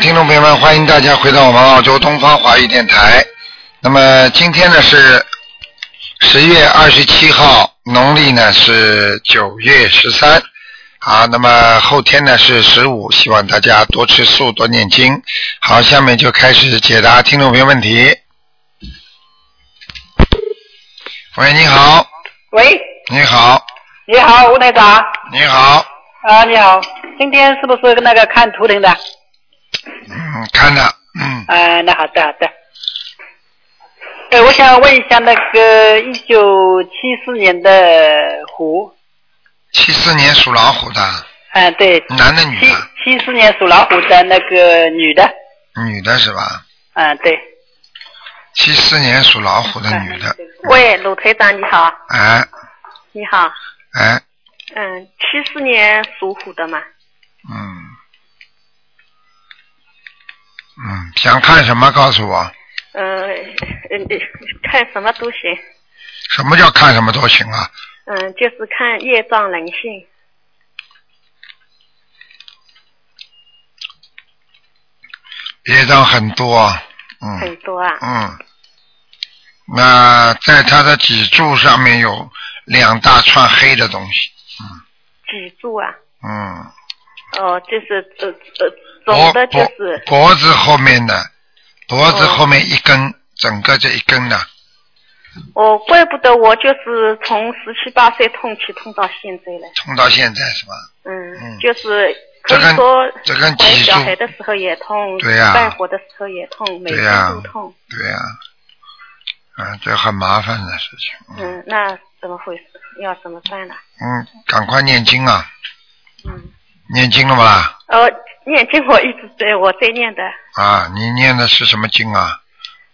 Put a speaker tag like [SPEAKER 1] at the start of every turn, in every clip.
[SPEAKER 1] 听众朋友们，欢迎大家回到我们澳洲东方华语电台。那么今天呢是十月二十七号，农历呢是九月十三。好，那么后天呢是十五，希望大家多吃素，多念经。好，下面就开始解答听众朋友问题。喂，你好，
[SPEAKER 2] 喂，
[SPEAKER 1] 你好，
[SPEAKER 2] 你好，吴台长
[SPEAKER 1] 你好，
[SPEAKER 2] 啊，你好，今天是不是那个看图腾的？
[SPEAKER 1] 嗯，看着，嗯，
[SPEAKER 2] 啊，那好的好的。哎，我想问一下那个一九七四年的虎，
[SPEAKER 1] 七四年属老虎的，
[SPEAKER 2] 啊，对，
[SPEAKER 1] 男的女
[SPEAKER 2] 七
[SPEAKER 1] 的？
[SPEAKER 2] 七四年属老虎的那个女的，
[SPEAKER 1] 女的是吧？
[SPEAKER 2] 啊，对。
[SPEAKER 1] 七四年属老虎
[SPEAKER 3] 嗯
[SPEAKER 1] 的女的，
[SPEAKER 3] 喂，鲁台长你好，
[SPEAKER 1] 哎
[SPEAKER 3] 你好，
[SPEAKER 1] 哎，
[SPEAKER 3] 嗯，七四年属虎的嘛，
[SPEAKER 1] 嗯嗯，想看什么告诉我，
[SPEAKER 3] 嗯、嗯，看什么都行，
[SPEAKER 1] 什么叫看什么都行啊？
[SPEAKER 3] 嗯，就是看业障人性，
[SPEAKER 1] 业障很多，嗯
[SPEAKER 3] 很多啊，
[SPEAKER 1] 嗯，那在他的脊柱上面有两大串黑的东西，
[SPEAKER 3] 脊柱啊，
[SPEAKER 1] 嗯，
[SPEAKER 3] 哦，就是呃呃，
[SPEAKER 1] 脖
[SPEAKER 3] 总的就
[SPEAKER 1] 脖
[SPEAKER 3] 是
[SPEAKER 1] 脖子后面的，脖子
[SPEAKER 3] 哦
[SPEAKER 1] 后面一根，整个这一根呢，
[SPEAKER 3] 哦，怪不得我就是从十七八岁痛起痛到现在了，
[SPEAKER 1] 痛到现在是吧？
[SPEAKER 3] 嗯，
[SPEAKER 1] 嗯
[SPEAKER 3] 就是可
[SPEAKER 1] 这
[SPEAKER 3] 以
[SPEAKER 1] 跟
[SPEAKER 3] 说
[SPEAKER 1] 这跟脊
[SPEAKER 3] 怀
[SPEAKER 1] 柱
[SPEAKER 3] 哎小孩的时候也痛，
[SPEAKER 1] 对呀
[SPEAKER 3] 带火的时候也痛，每
[SPEAKER 1] 对呀
[SPEAKER 3] 天都痛，
[SPEAKER 1] 对呀、啊，这很麻烦的事情。
[SPEAKER 3] 嗯，那怎么回事？要怎么办呢？
[SPEAKER 1] 嗯，赶快念经啊！
[SPEAKER 3] 嗯。
[SPEAKER 1] 念经了吗？
[SPEAKER 3] 呃，念经我一直在我在念的，
[SPEAKER 1] 啊，你念的是什么经啊？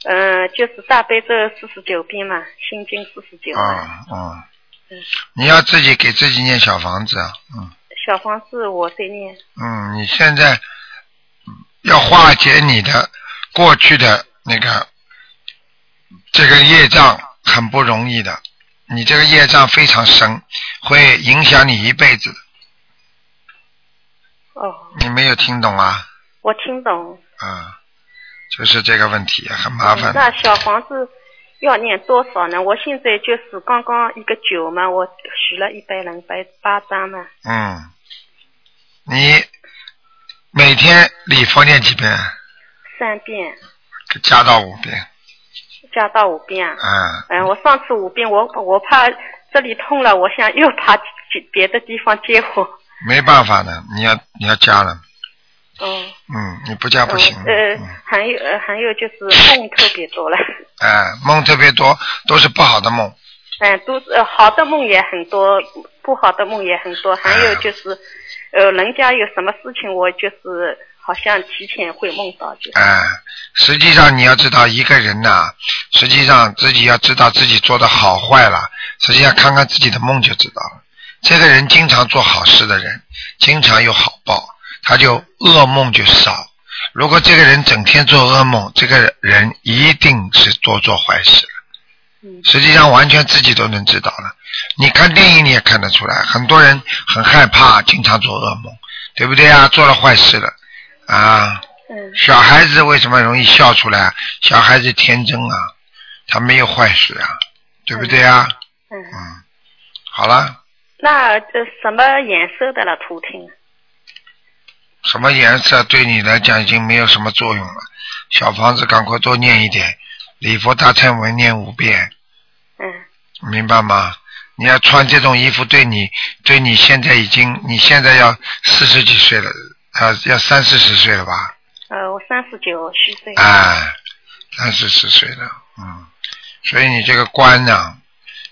[SPEAKER 3] 嗯、就是大悲咒四十九遍嘛，心经四十九，
[SPEAKER 1] 啊，嗯
[SPEAKER 3] 嗯，
[SPEAKER 1] 你要自己给自己念小房子啊，嗯
[SPEAKER 3] 小方子我在念，
[SPEAKER 1] 嗯，你现在要化解你的过去的那个这个业障，很不容易的。你这个业障非常深，会影响你一辈子的。
[SPEAKER 3] 哦，
[SPEAKER 1] 你没有听懂啊？
[SPEAKER 3] 我听懂。
[SPEAKER 1] 啊，就是这个问题很麻
[SPEAKER 3] 嗯那
[SPEAKER 1] 烦。
[SPEAKER 3] 小房子要念多少呢？我现在就是刚刚一个九嘛，我许了一百零百八张嘛，
[SPEAKER 1] 嗯，你每天礼佛念几遍？
[SPEAKER 3] 三遍
[SPEAKER 1] 加到五遍。
[SPEAKER 3] 加到五遍啊。
[SPEAKER 1] 嗯，
[SPEAKER 3] 嗯，我上次五遍，我我怕这里痛了，我想又怕别的地方接火。
[SPEAKER 1] 没办法的，你要你要加了。
[SPEAKER 3] 嗯，
[SPEAKER 1] 嗯，你不加不行。
[SPEAKER 3] 呃
[SPEAKER 1] 嗯，，
[SPEAKER 3] 还有呃还有就是梦特别多了。
[SPEAKER 1] 哎，梦特别多，都是不好的梦。
[SPEAKER 3] 嗯，都是、呃、好的梦也很多，不好的梦也很多。还 有就是，呃，人家有什么事情，我就是好像提前会梦到，就是
[SPEAKER 1] 哎，实际上你要知道，一个人呐、实际上自己要知道自己做的好坏了，实际上看看自己的梦就知道了。这个人经常做好事的人，经常有好报，他就噩梦就少。如果这个人整天做噩梦，这个人一定是多做坏事了。
[SPEAKER 3] 嗯
[SPEAKER 1] 实际上完全自己都能知道了。你看电影你也看得出来，很多人很害怕，经常做噩梦，对不对啊？做了坏事了啊。
[SPEAKER 3] 嗯
[SPEAKER 1] 小孩子为什么容易笑出来？小孩子天真啊，他没有坏事啊，对不对啊？
[SPEAKER 3] 嗯。
[SPEAKER 1] 嗯，好了，
[SPEAKER 3] 那这什么颜色的了图腾？
[SPEAKER 1] 什么颜色对你来讲已经没有什么作用了。小房子赶快多念一点，礼佛大忏文念五遍，
[SPEAKER 3] 嗯
[SPEAKER 1] 明白吗？你要穿这种衣服，对你，对你现在已经，你现在要四十几岁了，啊、要三四十岁了吧？
[SPEAKER 3] 呃，我三十九虚岁。
[SPEAKER 1] 哎，三四十岁了，嗯，所以你这个官呢、啊，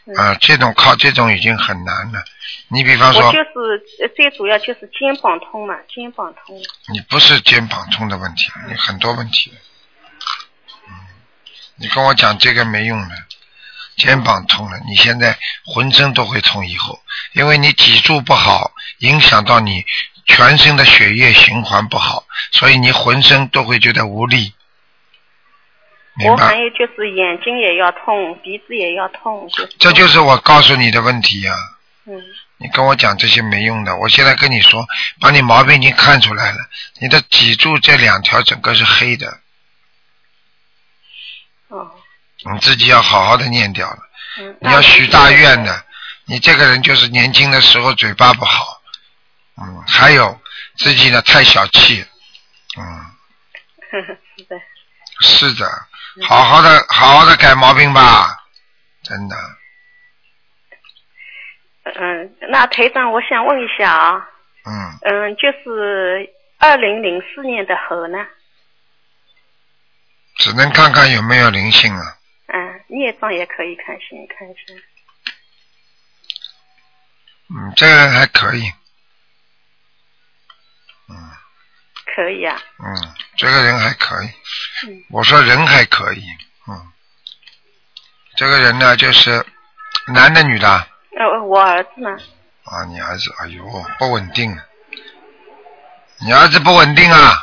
[SPEAKER 3] 嗯
[SPEAKER 1] 这种靠这种已经很难了。你比方
[SPEAKER 3] 我
[SPEAKER 1] 说
[SPEAKER 3] 就，是呃最主要就是肩膀痛嘛，肩膀痛。
[SPEAKER 1] 你不是肩膀痛的问题，你很多问题。嗯，嗯你跟我讲这个没用的，肩膀痛了，你现在浑身都会痛，以后因为你脊柱不好，影响到你全身的血液循环不好，所以你浑身都会觉得无力。明
[SPEAKER 3] 我
[SPEAKER 1] 白？
[SPEAKER 3] 还有就是眼睛也要痛，鼻子也要痛，就是
[SPEAKER 1] 这就是我告诉你的问题呀、
[SPEAKER 3] 嗯
[SPEAKER 1] 你跟我讲这些没用的，我现在跟你说，把你毛病已经看出来了，你的脊柱这两条整个是黑的，
[SPEAKER 3] 哦，
[SPEAKER 1] 你自己要好好的念掉了。
[SPEAKER 3] 嗯，
[SPEAKER 1] 你要许大愿的，你这个人就是年轻的时候嘴巴不好，嗯，还有自己呢太小气，嗯，
[SPEAKER 3] 那我。是的，
[SPEAKER 1] 是的，
[SPEAKER 3] 嗯
[SPEAKER 1] 好好的好好的改毛病吧，真的，
[SPEAKER 3] 嗯，那台长，我想问一下啊，
[SPEAKER 1] 嗯，
[SPEAKER 3] 嗯，就是二零零四年的猴呢，
[SPEAKER 1] 只能看看有没有灵性了、
[SPEAKER 3] 嗯，孽障也可以看先看一下，
[SPEAKER 1] 嗯，这个人还可以，
[SPEAKER 3] 可以啊，
[SPEAKER 1] 嗯，这个人还可以，
[SPEAKER 3] 嗯
[SPEAKER 1] 我说人还可以，嗯，这个人呢就是男的女的啊，
[SPEAKER 3] 呃，我儿子呢，
[SPEAKER 1] 啊你儿子，哎呦，不稳定，啊你儿子不稳定啊，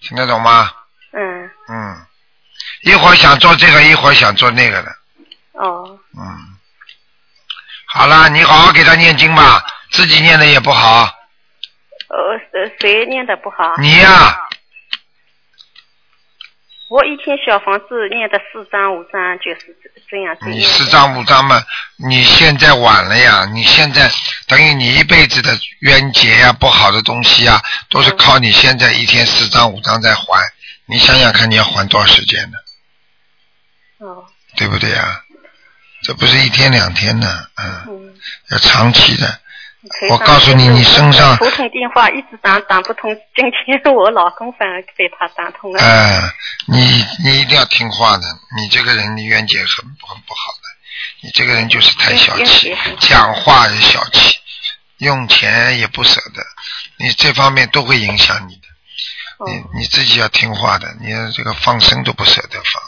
[SPEAKER 1] 听得懂吗？
[SPEAKER 3] 嗯，
[SPEAKER 1] 嗯，一会儿想做这个，一会儿想做那个的，
[SPEAKER 3] 哦，
[SPEAKER 1] 嗯，好了，你好好给他念经吧，自己念的也不好，
[SPEAKER 3] 呃，呃谁念的不好？
[SPEAKER 1] 你呀、
[SPEAKER 3] 我一天小房子念的四张五张，就是这样子念
[SPEAKER 1] 你
[SPEAKER 3] 的。
[SPEAKER 1] 四张五张嘛，你现在晚了呀！你现在等于你一辈子的冤结呀、不好的东西呀，都是靠你现在一天四张五张在还。你想想看，你要还多少时间呢？
[SPEAKER 3] 哦，
[SPEAKER 1] 对不对呀？这不是一天两天的，嗯，
[SPEAKER 3] 嗯，
[SPEAKER 1] 要长期的。
[SPEAKER 3] 可以
[SPEAKER 1] 我
[SPEAKER 3] 打
[SPEAKER 1] 告诉你
[SPEAKER 3] 就是
[SPEAKER 1] 你身上
[SPEAKER 3] 普通电话一直打打不通，今天我老公反而被他打通了。
[SPEAKER 1] 哎，你你一定要听话的，你这个人的冤结很很不好的，你这个人就是
[SPEAKER 4] 嗯
[SPEAKER 1] 太小气
[SPEAKER 3] 冤结，
[SPEAKER 1] 讲话也小气，用钱也不舍得，你这方面都会影响你的。
[SPEAKER 3] 哦，
[SPEAKER 1] 你你自己要听话的，你要这个放生都不舍得放，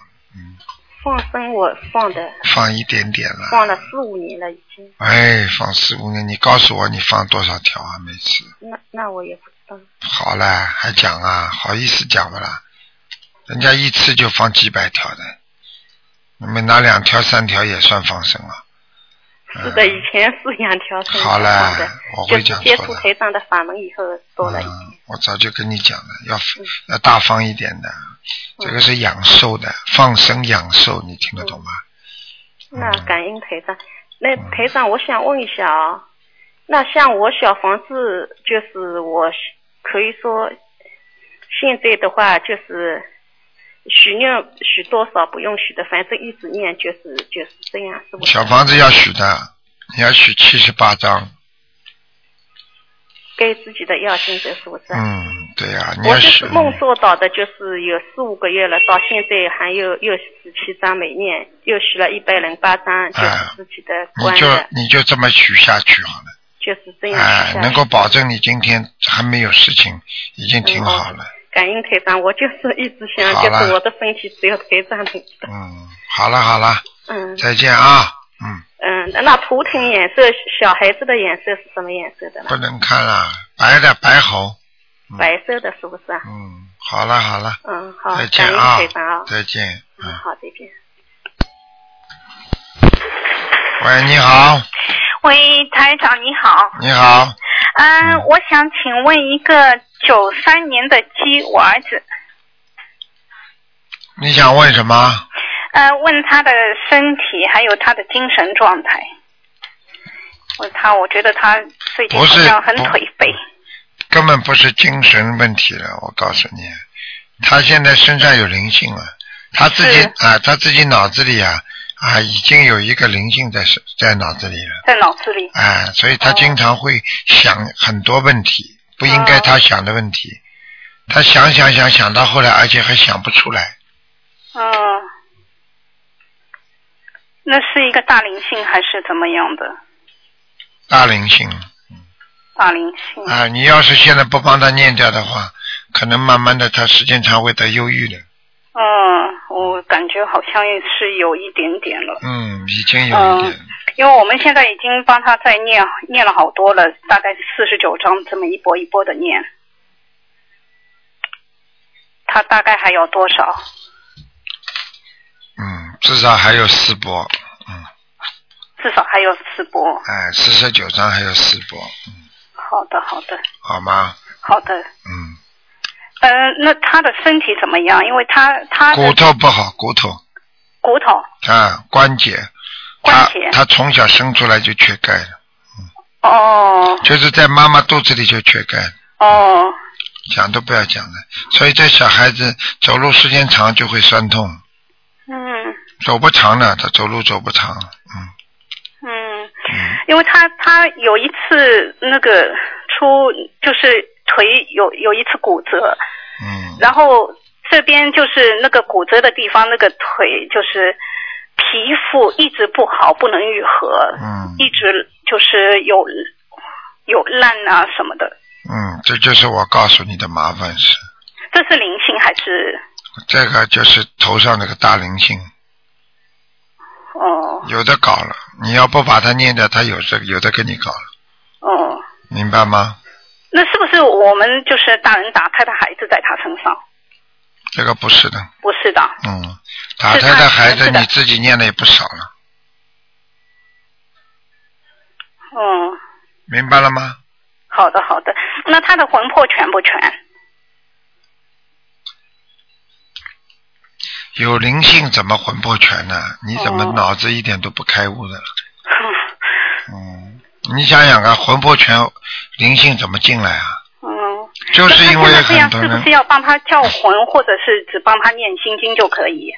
[SPEAKER 3] 放生我放的，
[SPEAKER 1] 放一点点了。
[SPEAKER 3] 放了四五年了已经。
[SPEAKER 1] 哎，放四五年，你告诉我你放多少条啊？每次
[SPEAKER 3] 那那我也不知道。
[SPEAKER 1] 好了，还讲啊？好意思讲不啦？人家一次就放几百条的，你们拿两条三条也算放生啊？
[SPEAKER 3] 是的，以前是两条生
[SPEAKER 1] 嗯好嘞
[SPEAKER 3] 的，
[SPEAKER 1] 我
[SPEAKER 3] 就
[SPEAKER 1] 会
[SPEAKER 3] 是
[SPEAKER 1] 讲
[SPEAKER 3] 接
[SPEAKER 1] 错
[SPEAKER 3] 触
[SPEAKER 1] 的
[SPEAKER 3] 台长的法门以后多了一点。
[SPEAKER 1] 嗯，我早就跟你讲了，
[SPEAKER 3] 嗯
[SPEAKER 1] 要要大方一点的，这个是养寿的，放生养寿，你听得懂嗯吗？
[SPEAKER 3] 嗯那感恩台长。那台长，我想问一下啊、那像我小房子，就是我可以说现在的话，就是许愿许多少不用许的，反正一直念就是就是这样，是不是？
[SPEAKER 1] 小房子要许的，你要许七十八张。
[SPEAKER 3] 给自己的要心者是不是？
[SPEAKER 1] 嗯，对呀、你
[SPEAKER 3] 我
[SPEAKER 1] 要
[SPEAKER 3] 就
[SPEAKER 1] 许
[SPEAKER 3] 是梦做到的，就是有四五个月了，到现在还有又十七张没念，又许了一百零八张，就是自己的关
[SPEAKER 1] 哎你就
[SPEAKER 3] 的，
[SPEAKER 1] 你就这么许下去好了。
[SPEAKER 3] 就是啊这样
[SPEAKER 1] 哎，
[SPEAKER 3] 许下
[SPEAKER 1] 能
[SPEAKER 3] 去。
[SPEAKER 1] 够保证你今天还没有事情，已经挺好了。
[SPEAKER 3] 感应台嗯长，我就是一直想，
[SPEAKER 1] 好
[SPEAKER 3] 就
[SPEAKER 1] 了
[SPEAKER 3] 是我的身体只有台长能知道。
[SPEAKER 1] 嗯，好了好了，
[SPEAKER 3] 嗯
[SPEAKER 1] 再见啊。嗯，
[SPEAKER 3] 嗯，那图腾颜色，小孩子的颜色是什么颜色的呢
[SPEAKER 1] 不？能看了，白的白猴。嗯
[SPEAKER 3] 白色的，是不是啊？
[SPEAKER 1] 嗯，好了好了，
[SPEAKER 3] 嗯，好，
[SPEAKER 1] 再
[SPEAKER 3] 感
[SPEAKER 1] 见
[SPEAKER 3] 应
[SPEAKER 1] 啊
[SPEAKER 3] 台长啊，
[SPEAKER 1] 再见。
[SPEAKER 3] 嗯，
[SPEAKER 1] 嗯，
[SPEAKER 3] 好，再见。
[SPEAKER 1] 喂，你好，
[SPEAKER 4] 喂，台长你好，
[SPEAKER 1] 你好，
[SPEAKER 4] 嗯、
[SPEAKER 1] 嗯
[SPEAKER 4] 我想请问一个九三年的鸡，我儿子，
[SPEAKER 1] 你想问什么？
[SPEAKER 4] 呃，问他的身体还有他的精神状态。问他，我觉得他最近
[SPEAKER 1] 不
[SPEAKER 4] 好
[SPEAKER 1] 是
[SPEAKER 4] 像很
[SPEAKER 1] 不
[SPEAKER 4] 颓废。
[SPEAKER 1] 根本不是精神问题了，我告诉你，他现在身上有灵性了，他自己
[SPEAKER 4] 是
[SPEAKER 1] 啊，他自己脑子里啊啊已经有一个灵性在身在脑子里了，
[SPEAKER 4] 在脑子里，
[SPEAKER 1] 哎、所以他经常会想很多问题，不应该他想的问题，他想想想想到后来，而且还想不出来，
[SPEAKER 4] 嗯、那是一个大灵性还是怎么样的
[SPEAKER 1] 大灵性
[SPEAKER 4] 大灵性？
[SPEAKER 1] 啊！你要是现在不帮他念掉的话，可能慢慢的他时间长会得忧郁的，
[SPEAKER 4] 嗯、我感觉好像是有一点点了。
[SPEAKER 1] 嗯，已经有一点。
[SPEAKER 4] 因为我们现在已经帮他在念念了好多了，大概四十九章，这么一波一波的念。他大概还有多少？
[SPEAKER 1] 嗯，至少还有四波。嗯，
[SPEAKER 4] 至少还有四波。
[SPEAKER 1] 哎，四十九章还有四波，嗯
[SPEAKER 4] 好的，好的，
[SPEAKER 1] 好吗？
[SPEAKER 4] 好的。
[SPEAKER 1] 嗯，
[SPEAKER 4] 呃，那他的身体怎么样？因为他他
[SPEAKER 1] 骨
[SPEAKER 4] 的
[SPEAKER 1] 头不好，骨头
[SPEAKER 4] 骨头
[SPEAKER 1] 啊，关节，
[SPEAKER 4] 关节
[SPEAKER 1] 他他从小生出来就缺钙了，
[SPEAKER 4] 哦
[SPEAKER 1] 就是在妈妈肚子里就缺钙了，
[SPEAKER 4] 哦
[SPEAKER 1] 讲都不要讲了。所以这小孩子走路时间长就会酸痛，
[SPEAKER 4] 嗯
[SPEAKER 1] 走不长了，他走路走不长，嗯
[SPEAKER 4] 嗯，
[SPEAKER 1] 嗯，
[SPEAKER 4] 因为他他有一次那个出就是腿有有一次骨折，
[SPEAKER 1] 嗯，
[SPEAKER 4] 然后这边就是那个骨折的地方，那个腿就是皮肤一直不好，不能愈合，
[SPEAKER 1] 嗯
[SPEAKER 4] 一直就是有有烂啊什么的。
[SPEAKER 1] 嗯，这就是我告诉你的麻烦事，
[SPEAKER 4] 这是灵性还是？
[SPEAKER 1] 这个就是头上那个大灵性，
[SPEAKER 4] 哦
[SPEAKER 1] 有的搞了，你要不把它念掉，他有这有的给你搞了，
[SPEAKER 4] 哦，
[SPEAKER 1] 明白吗？
[SPEAKER 4] 那是不是我们就是大人打胎的孩子在他身上？
[SPEAKER 1] 这个不是的，
[SPEAKER 4] 不是的。
[SPEAKER 1] 嗯，打胎的孩子
[SPEAKER 4] 是的
[SPEAKER 1] 你自己念的也不少了，
[SPEAKER 4] 嗯，
[SPEAKER 1] 明白了吗？
[SPEAKER 4] 好的好的。那他的魂魄全不全？
[SPEAKER 1] 有灵性怎么魂魄全呢、你怎
[SPEAKER 4] 哦
[SPEAKER 1] 么脑子一点都不开悟 的了？嗯，你想想看，魂魄全，灵性怎么进来啊？
[SPEAKER 4] 嗯，
[SPEAKER 1] 就是因为
[SPEAKER 4] 那他这
[SPEAKER 1] 很
[SPEAKER 4] 样
[SPEAKER 1] 多
[SPEAKER 4] 是不
[SPEAKER 1] 人
[SPEAKER 4] 是要帮他叫魂，或者是只帮他念心经就可以？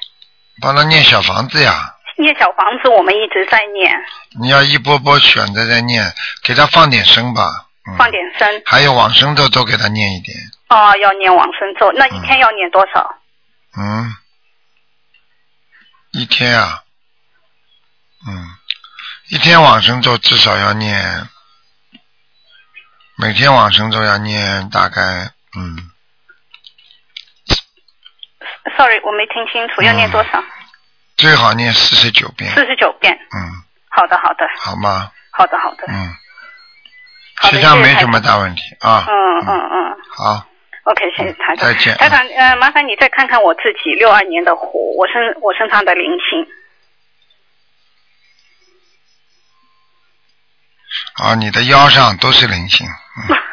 [SPEAKER 1] 帮他念小房子呀，
[SPEAKER 4] 念小房子，我们一直在念，
[SPEAKER 1] 你要一波波选择再念，给他放点声吧，嗯，
[SPEAKER 4] 放，点声
[SPEAKER 1] 还有往生咒都给他念一点，
[SPEAKER 4] 哦，要念往生咒，那一天要念多少？
[SPEAKER 1] 嗯，一天啊，嗯，一天往生咒至少要念，每天往生咒要念大概，嗯，
[SPEAKER 4] Sorry，我没听清楚，要念多少？
[SPEAKER 1] 最好嗯念四十九遍，
[SPEAKER 4] 四十九遍。
[SPEAKER 1] 嗯，
[SPEAKER 4] 好的，好的，
[SPEAKER 1] 好吗？
[SPEAKER 4] 好的，好的，
[SPEAKER 1] 嗯，
[SPEAKER 4] 好
[SPEAKER 1] 其
[SPEAKER 4] 的，谢谢
[SPEAKER 1] 他没
[SPEAKER 4] 台
[SPEAKER 1] 什么
[SPEAKER 4] 长。
[SPEAKER 1] 大问题啊。
[SPEAKER 4] 嗯嗯嗯
[SPEAKER 1] 好，
[SPEAKER 4] ，OK，谢谢台长。
[SPEAKER 1] 再见
[SPEAKER 4] 台长，呃，麻烦你再看看我自己，六二年的虎，我身我身上的灵性。
[SPEAKER 1] 啊，你的腰上都是灵性，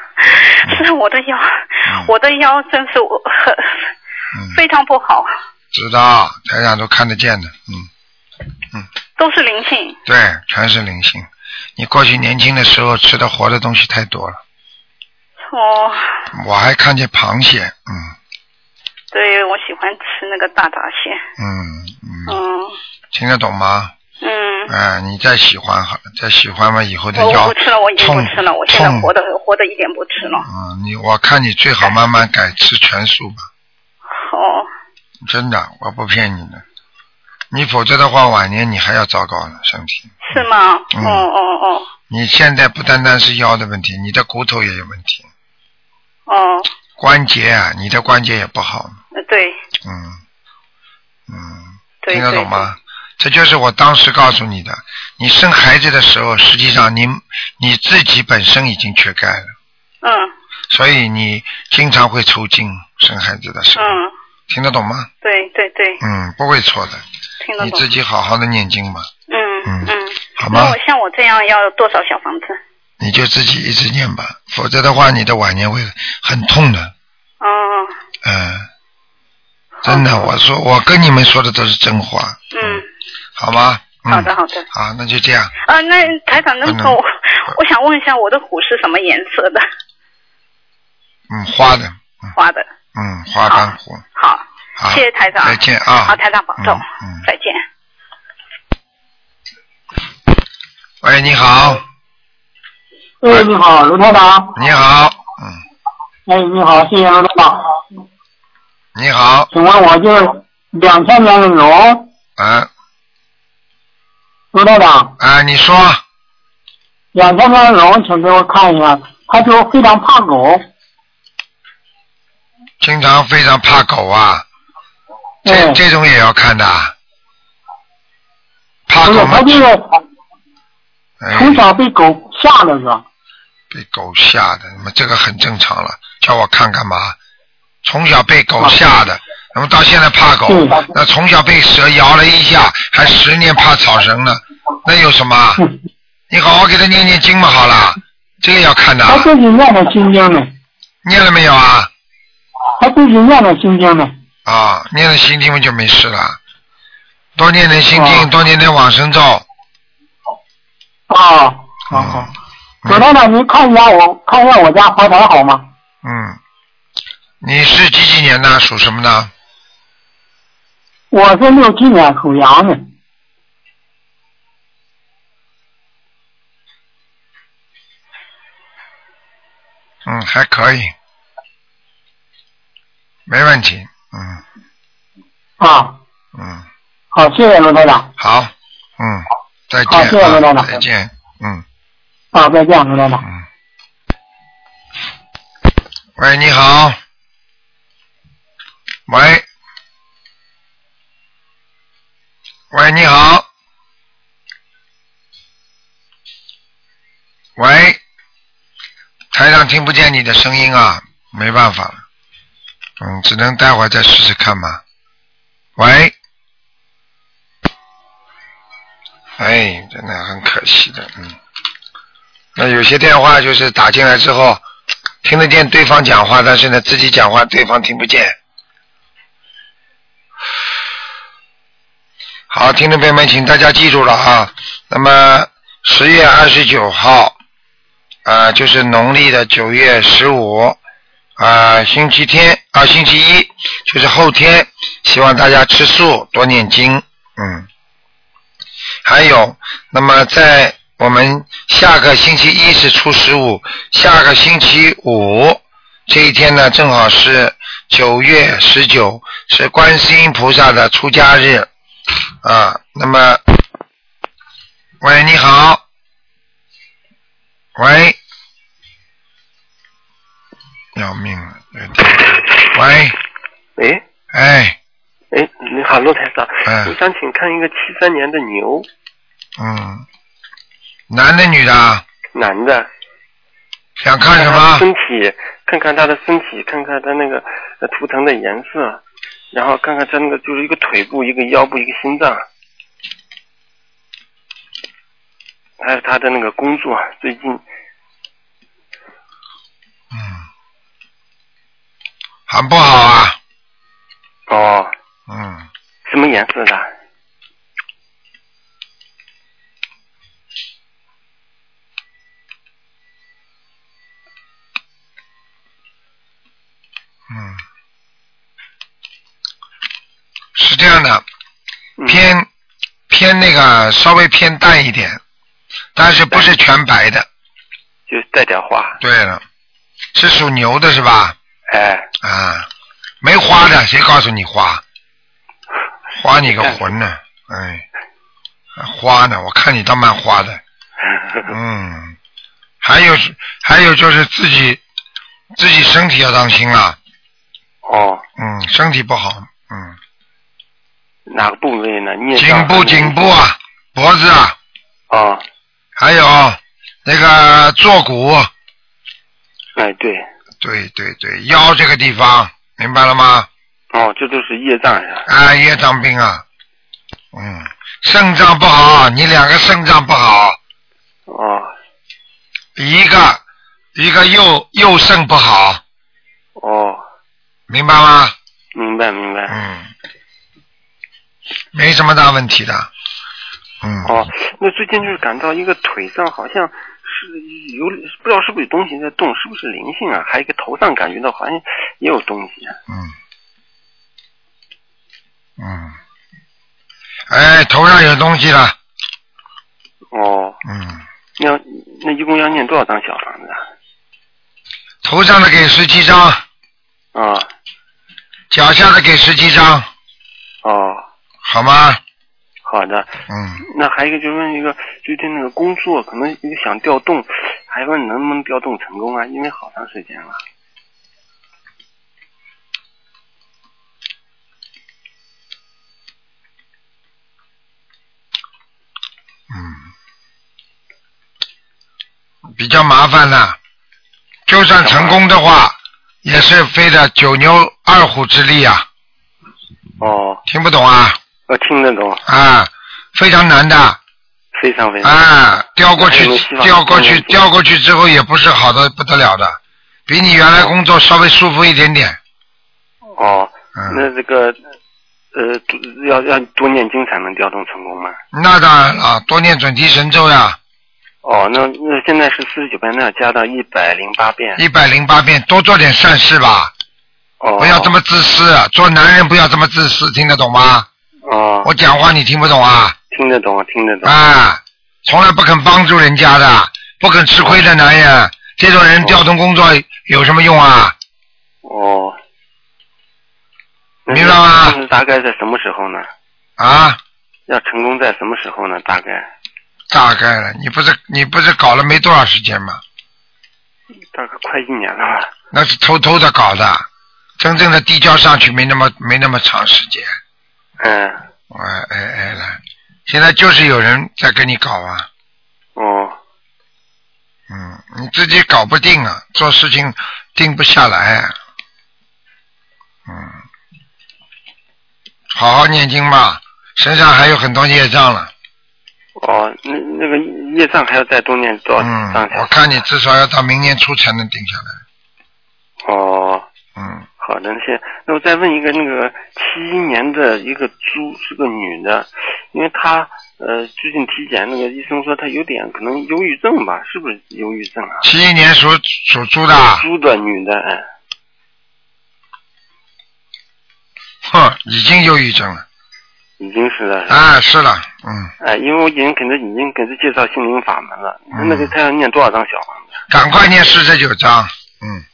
[SPEAKER 4] 是我的腰，我的腰真是我很
[SPEAKER 1] 嗯，
[SPEAKER 4] 非常不好，
[SPEAKER 1] 知道，台上都看得见的，嗯，
[SPEAKER 4] 都是灵性。
[SPEAKER 1] 对，全是灵性。你过去年轻的时候吃的活的东西太多了，
[SPEAKER 4] 哦，
[SPEAKER 1] 我还看见螃蟹，嗯
[SPEAKER 4] 对，我喜欢吃那个大闸蟹。
[SPEAKER 1] 嗯嗯，
[SPEAKER 4] 嗯
[SPEAKER 1] 听得懂吗？
[SPEAKER 4] 嗯，
[SPEAKER 1] 哎、你再喜欢好了，再喜欢嘛，以后再
[SPEAKER 4] 哦我
[SPEAKER 1] 要
[SPEAKER 4] 我不吃了，我已经不
[SPEAKER 1] 痛
[SPEAKER 4] 吃了，我现在
[SPEAKER 1] 痛
[SPEAKER 4] 活的活的一点不吃了。
[SPEAKER 1] 嗯，你我看你最好慢慢改吃全素吧，
[SPEAKER 4] 哦，
[SPEAKER 1] 真的，我不骗你的。你否则的话，晚年你还要糟糕呢，身体。
[SPEAKER 4] 是吗？哦
[SPEAKER 1] 嗯
[SPEAKER 4] 哦
[SPEAKER 1] 你现在不单单是腰的问题，你的骨头也有问题，
[SPEAKER 4] 哦哦，
[SPEAKER 1] 关节啊，你的关节也不好。
[SPEAKER 4] 呃对
[SPEAKER 1] 嗯，嗯，
[SPEAKER 4] 对
[SPEAKER 1] 听得
[SPEAKER 4] 对
[SPEAKER 1] 懂吗？这就是我当时告诉你的。你生孩子的时候，实际上你你自己本身已经缺钙了，
[SPEAKER 4] 嗯
[SPEAKER 1] 所以你经常会抽筋。生孩子的时候，
[SPEAKER 4] 嗯，
[SPEAKER 1] 听得懂吗？
[SPEAKER 4] 对对对，
[SPEAKER 1] 嗯，不会错的。
[SPEAKER 4] 听得
[SPEAKER 1] 你
[SPEAKER 4] 懂
[SPEAKER 1] 自。己好好的念经吧，
[SPEAKER 4] 嗯
[SPEAKER 1] 嗯
[SPEAKER 4] 嗯，
[SPEAKER 1] 好
[SPEAKER 4] 那
[SPEAKER 1] 吗
[SPEAKER 4] 我？像我这样要多少小房子？
[SPEAKER 1] 你就自己一直念吧，否则的话，你的晚年会很痛的。
[SPEAKER 4] 哦，
[SPEAKER 1] 嗯，真的，我说我跟你们说的都是真话，
[SPEAKER 4] 嗯，
[SPEAKER 1] 好吗？嗯、
[SPEAKER 4] 好的好的。
[SPEAKER 1] 好，那就这样。
[SPEAKER 4] 啊，那台长，那
[SPEAKER 1] 不
[SPEAKER 4] 么
[SPEAKER 1] 能
[SPEAKER 4] 我我想问一下，我的虎是什么颜色的？
[SPEAKER 1] 嗯，花的，
[SPEAKER 4] 花的。
[SPEAKER 1] 嗯，花斑虎。
[SPEAKER 4] 好，
[SPEAKER 1] 好，
[SPEAKER 4] 谢谢台长。
[SPEAKER 1] 再见啊。
[SPEAKER 4] 好，台长保重。
[SPEAKER 1] 嗯嗯
[SPEAKER 4] 再见。
[SPEAKER 1] 喂，你好，
[SPEAKER 5] 哎，你好，卢台长。
[SPEAKER 1] 你好，嗯，
[SPEAKER 5] 哎，你好，谢谢卢台长。
[SPEAKER 1] 你好，
[SPEAKER 5] 请问我就是两千年的龙，
[SPEAKER 1] 啊
[SPEAKER 5] 卢台长，
[SPEAKER 1] 啊，你说，
[SPEAKER 5] 两千年的龙，请给我看一下，他就非常怕
[SPEAKER 1] 啊
[SPEAKER 5] 狗。
[SPEAKER 1] 经常非常怕狗啊，这
[SPEAKER 5] 哎，
[SPEAKER 1] 这种也要看的啊，怕
[SPEAKER 5] 不是
[SPEAKER 1] 狗吗
[SPEAKER 5] 他？就是
[SPEAKER 1] 哎，
[SPEAKER 5] 从小被狗吓着的。
[SPEAKER 1] 被狗吓的，那么这个很正常了，叫我看干嘛？从小被狗吓的，那么到现在怕狗
[SPEAKER 5] 嗯，
[SPEAKER 1] 那从小被蛇咬了一下，还十年怕草绳呢，那有什么？啊
[SPEAKER 5] 嗯
[SPEAKER 1] 你好好给他念念经嘛，好了，这个要看的啊。
[SPEAKER 5] 他自己念了心经呢，
[SPEAKER 1] 念了没有啊？
[SPEAKER 5] 他自己念了心经呢。
[SPEAKER 1] 啊，念了心经嘛就没事了。多念点心经，
[SPEAKER 5] 哦
[SPEAKER 1] 多念点往生咒。嗯
[SPEAKER 5] 啊，好好。葛台长，您看一下我，看一下我家佛台好吗？
[SPEAKER 1] 嗯，你是几几年的？属什么的？
[SPEAKER 5] 我是六七年属羊的，
[SPEAKER 1] 嗯，还可以，没问题。嗯
[SPEAKER 5] 啊，
[SPEAKER 1] 嗯，
[SPEAKER 5] 好，谢谢罗台长，
[SPEAKER 1] 好，嗯，再
[SPEAKER 5] 好
[SPEAKER 1] 见
[SPEAKER 5] 谢谢罗台
[SPEAKER 1] 啊，
[SPEAKER 5] 长
[SPEAKER 1] 再见，嗯。
[SPEAKER 5] 啊，再见，罗台长。
[SPEAKER 1] 喂，你好。喂。喂，你好。喂，台上听不见你的声音啊，没办法了，嗯，只能待会儿再试试看嘛。喂，哎，真的很可惜的，嗯。那有些电话就是打进来之后，听得见对方讲话，但是呢自己讲话对方听不见。好，听众朋友们，请大家记住了啊。那么十月二十九号，啊、就是农历的九月十五，啊，星期天啊，星期一就是后天，希望大家吃素，多念经，嗯。还有，那么在我们下个星期一是初十五，下个星期五这一天呢，正好是九月十九，是观世音菩萨的出家日啊。那么，喂，你好，喂，要命了，有点喂，
[SPEAKER 6] 喂，
[SPEAKER 1] 哎，
[SPEAKER 6] 哎，你好，陆台长，
[SPEAKER 1] 哎
[SPEAKER 6] 我想请看一个七三年的牛，
[SPEAKER 1] 嗯，男的女的啊，
[SPEAKER 6] 男的，
[SPEAKER 1] 想看
[SPEAKER 6] 他
[SPEAKER 1] 什
[SPEAKER 6] 的
[SPEAKER 1] 么？
[SPEAKER 6] 身体，看看他的身体，看看他那个呃图腾的颜色，然后看看他那个就是一个腿部、一个腰部、一个心脏，还有他的那个工作，最
[SPEAKER 1] 嗯
[SPEAKER 6] 近
[SPEAKER 1] 很不好啊，
[SPEAKER 6] 哦，
[SPEAKER 1] 嗯。
[SPEAKER 6] 什么颜色的？啊
[SPEAKER 1] 嗯，是这样的，
[SPEAKER 6] 嗯
[SPEAKER 1] 偏偏那个稍微偏淡一点，但是不是全白的。
[SPEAKER 6] 就是带点花，
[SPEAKER 1] 对了，是属牛的是吧？
[SPEAKER 6] 哎，
[SPEAKER 1] 啊，没花的，谁告诉你花？花你个魂呢！哎，花呢？我看你倒蛮花的。嗯，还有是还有就是自己自己身体要当心了，
[SPEAKER 6] 哦，
[SPEAKER 1] 嗯，身体不好，嗯。
[SPEAKER 6] 哪个部位呢？念
[SPEAKER 1] 颈部、颈部啊，脖子啊，
[SPEAKER 6] 哦，
[SPEAKER 1] 还有那个坐骨，
[SPEAKER 6] 哎对，
[SPEAKER 1] 对对对，腰这个地方，明白了吗？
[SPEAKER 6] 哦，这都是业障呀，
[SPEAKER 1] 啊，业障病啊，嗯，肾脏不好，你两个肾脏不好，
[SPEAKER 6] 哦。
[SPEAKER 1] 一个一个右右肾不好，
[SPEAKER 6] 哦，
[SPEAKER 1] 明白吗？
[SPEAKER 6] 明白明白。
[SPEAKER 1] 嗯，没什么大问题的，嗯，
[SPEAKER 6] 哦，那最近就是感到一个腿上好像是有，不知道是不是有东西在动，是不是灵性啊？还有一个头上感觉到好像也有东西、啊。
[SPEAKER 1] 嗯，嗯，哎，头上有东西了，
[SPEAKER 6] 哦，
[SPEAKER 1] 嗯。
[SPEAKER 6] 那要那一共要念多少张小房子啊？
[SPEAKER 1] 头上的给十七张，
[SPEAKER 6] 啊、
[SPEAKER 1] 脚下的给十七张，
[SPEAKER 5] 啊
[SPEAKER 6] 哦，
[SPEAKER 1] 好吗？
[SPEAKER 6] 好的。
[SPEAKER 1] 嗯，
[SPEAKER 6] 那还有一个就是问一个，最近那个工作可能有想调动，还问能不能调动成功啊？因为好长时间了。
[SPEAKER 1] 比较麻烦的，就算成功的话，也是费了九牛二虎之力啊！
[SPEAKER 6] 哦，
[SPEAKER 1] 听不懂啊？
[SPEAKER 6] 我听得懂，
[SPEAKER 1] 啊，非常难的，
[SPEAKER 6] 非常非常。
[SPEAKER 1] 啊，调过去
[SPEAKER 6] 还有希，望
[SPEAKER 1] 调过去，
[SPEAKER 6] 嗯
[SPEAKER 1] 调过去之后也不是好的不得了的，比你原来工作稍微舒服一点点。
[SPEAKER 6] 哦，那
[SPEAKER 1] 嗯，
[SPEAKER 6] 这个呃，多要要多念经才能调动成功吗？
[SPEAKER 1] 那当然了，多念准提神咒呀，
[SPEAKER 6] 哦，那那现在是四十九遍，那要加到一百零八遍。
[SPEAKER 1] 一百零八遍，多做点善事吧，
[SPEAKER 6] 哦，
[SPEAKER 1] 不要这么自私。做男人不要这么自私，听得懂吗？
[SPEAKER 6] 哦，
[SPEAKER 1] 我讲话你听不懂啊？
[SPEAKER 6] 听得懂，听得懂。
[SPEAKER 1] 啊，从来不肯帮助人家的，不肯吃亏的男人，这种人调动工作有什么用啊？
[SPEAKER 6] 哦，那
[SPEAKER 1] 明白吗
[SPEAKER 6] 这个大概在什么时候呢？
[SPEAKER 1] 啊，
[SPEAKER 6] 要成功在什么时候呢？大概
[SPEAKER 1] 大概了，你不是你不是搞了没多少时间吗？
[SPEAKER 6] 大概快一年了吧。
[SPEAKER 1] 那是偷偷的搞的，真正的递交上去没那么没那么长时间。
[SPEAKER 6] 嗯，
[SPEAKER 1] 哎哎哎了，现在就是有人在跟你搞啊，
[SPEAKER 6] 哦，
[SPEAKER 1] 嗯，你自己搞不定啊，做事情定不下来、啊，嗯，好好念经吧，身上还有很多业障了，
[SPEAKER 6] 哦，那那个业障还要再多念多少
[SPEAKER 1] 嗯
[SPEAKER 6] 张？，
[SPEAKER 1] 我看你至少要到明年初才能定下来，
[SPEAKER 6] 哦，
[SPEAKER 1] 嗯，
[SPEAKER 6] 好的，那些，那我再问一个，那个七一年的一个猪是个女的，因为她呃最近体检，那个医生说她有点可能忧郁症吧，是不是忧郁症啊？
[SPEAKER 1] 七一年属属猪的啊，
[SPEAKER 6] 猪的女的，哎，
[SPEAKER 1] 哼，已经忧郁症了，
[SPEAKER 6] 已经是了，
[SPEAKER 1] 啊，是了，嗯，
[SPEAKER 6] 哎，因为我已经给她已经给她介绍心灵法门了，
[SPEAKER 1] 嗯
[SPEAKER 6] 那个她要念多少张小房子？
[SPEAKER 1] 赶快念四十九章，嗯。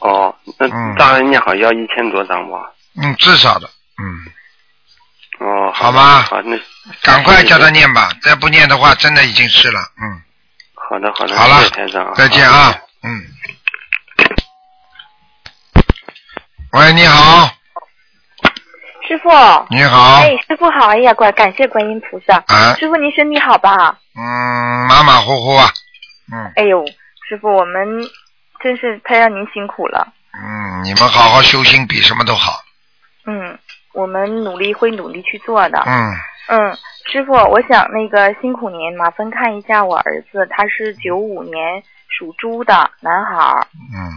[SPEAKER 6] 哦，那
[SPEAKER 1] 嗯
[SPEAKER 6] 大概念好要一千多张吧？
[SPEAKER 1] 嗯，至少的，嗯，
[SPEAKER 6] 哦，
[SPEAKER 1] 好
[SPEAKER 6] 好
[SPEAKER 1] 吧
[SPEAKER 6] 好，那
[SPEAKER 1] 赶快叫他
[SPEAKER 6] 谢谢
[SPEAKER 1] 念吧，再不念的话，真的已经是了，嗯，
[SPEAKER 6] 好的好的，
[SPEAKER 1] 好了
[SPEAKER 6] 谢谢台长啊，
[SPEAKER 1] 再见
[SPEAKER 6] 好
[SPEAKER 1] 啊，嗯。喂，你好，
[SPEAKER 7] 师傅，
[SPEAKER 1] 你好，
[SPEAKER 7] 哎，师傅好，哎呀，感感谢观音菩萨。
[SPEAKER 1] 啊，
[SPEAKER 7] 师傅，您身体好吧？
[SPEAKER 1] 嗯，马马虎虎啊，嗯
[SPEAKER 7] 哎呦，师傅，我们真是太让您辛苦了。
[SPEAKER 1] 嗯，你们好好修心比什么都好，
[SPEAKER 7] 嗯，我们努力会努力去做的。
[SPEAKER 1] 嗯，
[SPEAKER 7] 嗯，师傅，我想那个辛苦您，麻烦看一下我儿子，他是九五年属猪的男孩儿，
[SPEAKER 1] 嗯，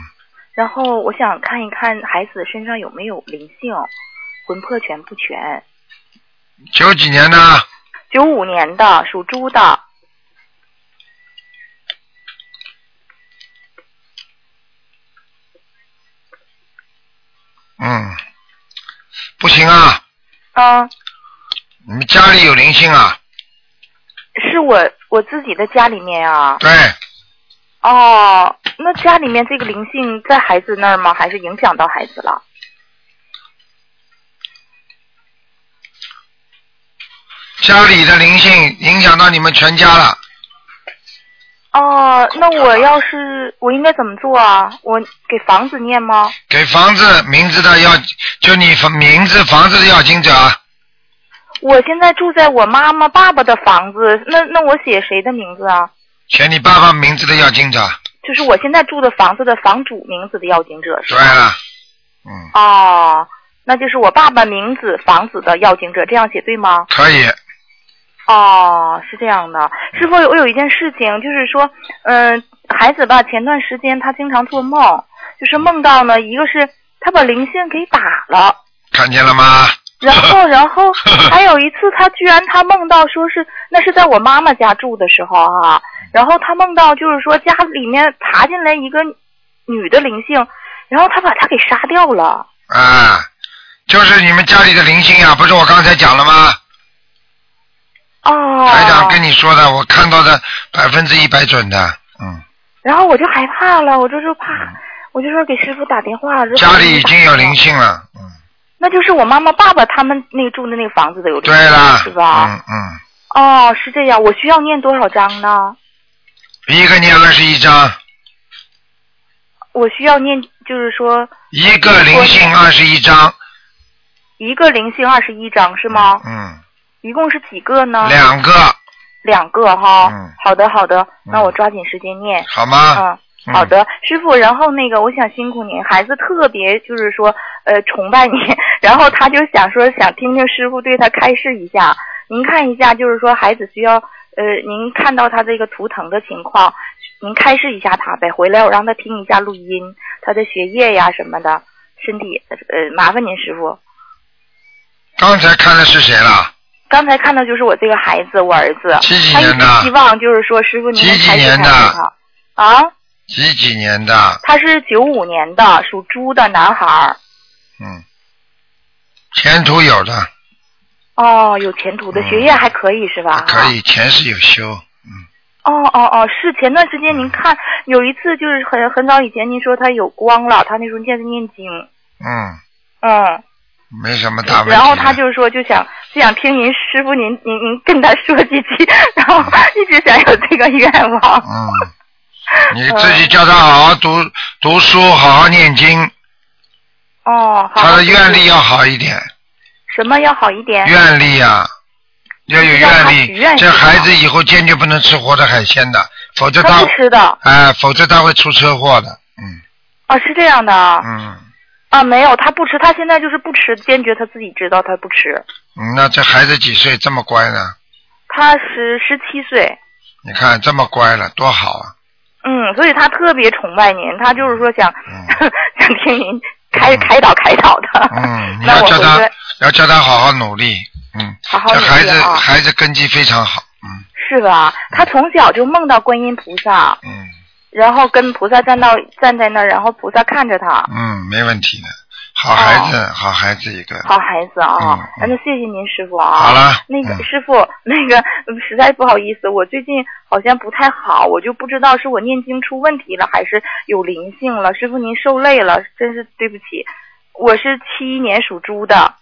[SPEAKER 7] 然后我想看一看孩子身上有没有灵性，魂魄全不全？
[SPEAKER 1] 九几年的，
[SPEAKER 7] 九五年的属猪的，
[SPEAKER 1] 嗯，不行啊，
[SPEAKER 7] 嗯，
[SPEAKER 1] 你们家里有灵性啊，
[SPEAKER 7] 是我我自己的家里面啊。
[SPEAKER 1] 对，
[SPEAKER 7] 哦，那家里面这个灵性在孩子那儿吗？还是影响到孩子了？
[SPEAKER 1] 家里的灵性影响到你们全家了，
[SPEAKER 7] 哦，那我要是我应该怎么做啊？我给房子念吗？
[SPEAKER 1] 给房子名字的要，就你房名字房子的要经者，啊
[SPEAKER 7] 我现在住在我妈妈爸爸的房子，那那我写谁的名字啊？
[SPEAKER 1] 写你爸爸名字的要经者。
[SPEAKER 7] 就是我现在住的房子的房主名字的要经者是
[SPEAKER 1] 对
[SPEAKER 7] 吧？
[SPEAKER 1] 了，嗯，
[SPEAKER 7] 哦，那就是我爸爸名字房子的要经者，这样写对吗？
[SPEAKER 1] 可以，
[SPEAKER 7] 哦，是这样的，师傅，我有一件事情，就是说，嗯、孩子吧，前段时间他经常做梦，就是梦到呢，一个是他把灵性给打了，
[SPEAKER 1] 看见了吗？
[SPEAKER 7] 然后，然 后还有一次，他居然他梦到说是那是在我妈妈家住的时候啊，然后他梦到就是说家里面爬进来一个女的灵性，然后他把她给杀掉了。
[SPEAKER 1] 啊，就是你们家里的灵性呀、不是我刚才讲了吗？
[SPEAKER 7] 哦，
[SPEAKER 1] 台长跟你说的，我看到的百分之一百准的，嗯，
[SPEAKER 7] 然后我就害怕了，我就说怕，我就说给师傅打电话。如果
[SPEAKER 1] 家里已经有
[SPEAKER 7] 打
[SPEAKER 1] 灵性了，嗯，
[SPEAKER 7] 那就是我妈妈、爸爸他们那住的那个房子的有灵
[SPEAKER 1] 对
[SPEAKER 7] 性
[SPEAKER 1] 了，
[SPEAKER 7] 是吧？
[SPEAKER 1] 嗯嗯，
[SPEAKER 7] 哦，是这样。我需要念多少章呢？
[SPEAKER 1] 一个念二十一章，
[SPEAKER 7] 我需要念，就是说
[SPEAKER 1] 一个灵性二十一章，
[SPEAKER 7] 一个灵性二十一章是吗？
[SPEAKER 1] 嗯，
[SPEAKER 7] 一共是几个呢？
[SPEAKER 1] 两个，
[SPEAKER 7] 两个哈。
[SPEAKER 1] 嗯
[SPEAKER 7] 好的，好的，那我抓紧时间念。
[SPEAKER 1] 好吗？
[SPEAKER 7] 嗯，好的，师傅。然后那个，我想辛苦您，孩子特别就是说，呃，崇拜您。 然后他就想说，想听听师傅对他开示一下。您看一下，就是说孩子需要呃，您看到他这个图腾的情况，您开示一下他呗。回来我让他听一下录音，他的学业呀什么的，身体呃，麻烦您师傅。
[SPEAKER 1] 刚才看的是谁了？
[SPEAKER 7] 刚才看到就是我这个孩子，我儿子，
[SPEAKER 1] 几几
[SPEAKER 7] 他一
[SPEAKER 1] 年的
[SPEAKER 7] 直希望就是说师傅您能
[SPEAKER 1] 几几
[SPEAKER 7] 开示
[SPEAKER 1] 年
[SPEAKER 7] 开
[SPEAKER 1] 的
[SPEAKER 7] 示他。啊，
[SPEAKER 1] 几几年的？
[SPEAKER 7] 他是九五年的，属猪的男孩儿。
[SPEAKER 1] 嗯，前途有的，
[SPEAKER 7] 哦，有前途
[SPEAKER 1] 嗯
[SPEAKER 7] 的，学业还可以 是吧？
[SPEAKER 1] 可以，前世有修。
[SPEAKER 7] 哦哦哦，是前段时间您看有一次就是很很早以前您说他有光了，他那时候念念经，
[SPEAKER 1] 嗯，
[SPEAKER 7] 嗯，
[SPEAKER 1] 没什么大问题。
[SPEAKER 7] 然后他就是说就想就想听您师傅您您您跟他说几句， 然后一直想有这个愿望。
[SPEAKER 1] 嗯，你自己叫他好好读读书，好好念经，
[SPEAKER 7] 哦，好。
[SPEAKER 1] 他的愿力要好一点，
[SPEAKER 7] 什么要好一点？
[SPEAKER 1] 愿力啊，要有
[SPEAKER 7] 让
[SPEAKER 1] 愿
[SPEAKER 7] 他许愿
[SPEAKER 1] 力。
[SPEAKER 7] 是
[SPEAKER 1] 这
[SPEAKER 7] 吧
[SPEAKER 1] 孩子以后坚决不能吃活的海鲜的，否则
[SPEAKER 7] 他
[SPEAKER 1] 他
[SPEAKER 7] 不吃的
[SPEAKER 1] 哎、否则他会出车祸的。嗯
[SPEAKER 7] 哦，是这样的啊、
[SPEAKER 1] 嗯
[SPEAKER 7] 啊，没有，他不吃，他现在就是不吃，坚决他自己知道他不吃。
[SPEAKER 1] 嗯，那这孩子几岁这么乖呢？
[SPEAKER 7] 他十十七岁，
[SPEAKER 1] 你看这么乖了，多好 啊！
[SPEAKER 7] 嗯，所以他特别崇拜您，他就是说想、
[SPEAKER 1] 嗯
[SPEAKER 7] 想听您开开导开导他。
[SPEAKER 1] 嗯，你
[SPEAKER 7] 那
[SPEAKER 1] 要
[SPEAKER 7] 我
[SPEAKER 1] 叫
[SPEAKER 7] 回
[SPEAKER 1] 他
[SPEAKER 7] 去
[SPEAKER 1] 要叫他好好努力。嗯，
[SPEAKER 7] 好好
[SPEAKER 1] 这
[SPEAKER 7] 努
[SPEAKER 1] 孩
[SPEAKER 7] 力
[SPEAKER 1] 子
[SPEAKER 7] 啊
[SPEAKER 1] 孩子根基非常好。嗯
[SPEAKER 7] 是吧？他从小就梦到观音菩萨，
[SPEAKER 1] 嗯。
[SPEAKER 7] 然后跟菩萨站到站在那儿，然后菩萨看着他。
[SPEAKER 1] 嗯，没问题的，好孩子，好孩子一个。
[SPEAKER 7] 哦好孩子啊
[SPEAKER 1] 嗯，
[SPEAKER 7] 那就谢谢您师傅啊。
[SPEAKER 1] 好了
[SPEAKER 7] 那个
[SPEAKER 1] 嗯
[SPEAKER 7] 师傅，那个嗯实在不好意思，我最近好像不太好，我就不知道是我念经出问题了，还是有灵性了。师傅您受累了，真是对不起。我是七一年属猪的，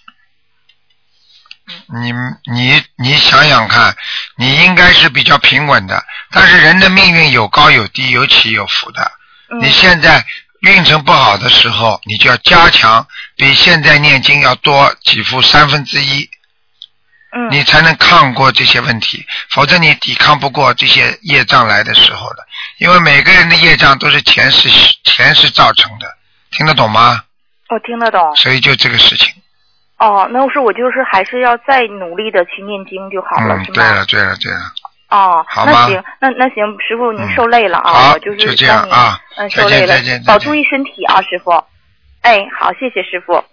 [SPEAKER 1] 你你你想想看，你应该是比较平稳的，但是人的命运有高有低，有起有伏的。
[SPEAKER 7] 嗯
[SPEAKER 1] 你现在运程不好的时候，你就要加强比现在念经要多几副三分之一，
[SPEAKER 7] 嗯，
[SPEAKER 1] 你才能抗过这些问题，否则你抵抗不过这些业障来的时候的。因为每个人的业障都是前世前世造成的，听得懂吗？
[SPEAKER 7] 我听得懂。
[SPEAKER 1] 所以就这个事情。
[SPEAKER 7] 哦，那我说我就是还是要再努力的去念经就好了，
[SPEAKER 1] 嗯，
[SPEAKER 7] 是
[SPEAKER 1] 对
[SPEAKER 7] 吗？
[SPEAKER 1] 了，对了，对了，
[SPEAKER 7] 哦，
[SPEAKER 1] 好
[SPEAKER 7] 那
[SPEAKER 1] 吗
[SPEAKER 7] 行，那那行，师傅您
[SPEAKER 1] 嗯
[SPEAKER 7] 受累了啊，
[SPEAKER 1] 好
[SPEAKER 7] 我是
[SPEAKER 1] 就这样
[SPEAKER 7] 让您
[SPEAKER 1] 啊
[SPEAKER 7] 嗯，
[SPEAKER 1] 再
[SPEAKER 7] 受
[SPEAKER 1] 见
[SPEAKER 7] 累了
[SPEAKER 1] 再见再，
[SPEAKER 7] 保
[SPEAKER 1] 见
[SPEAKER 7] 注意身体啊，师傅。哎，好，谢谢师傅。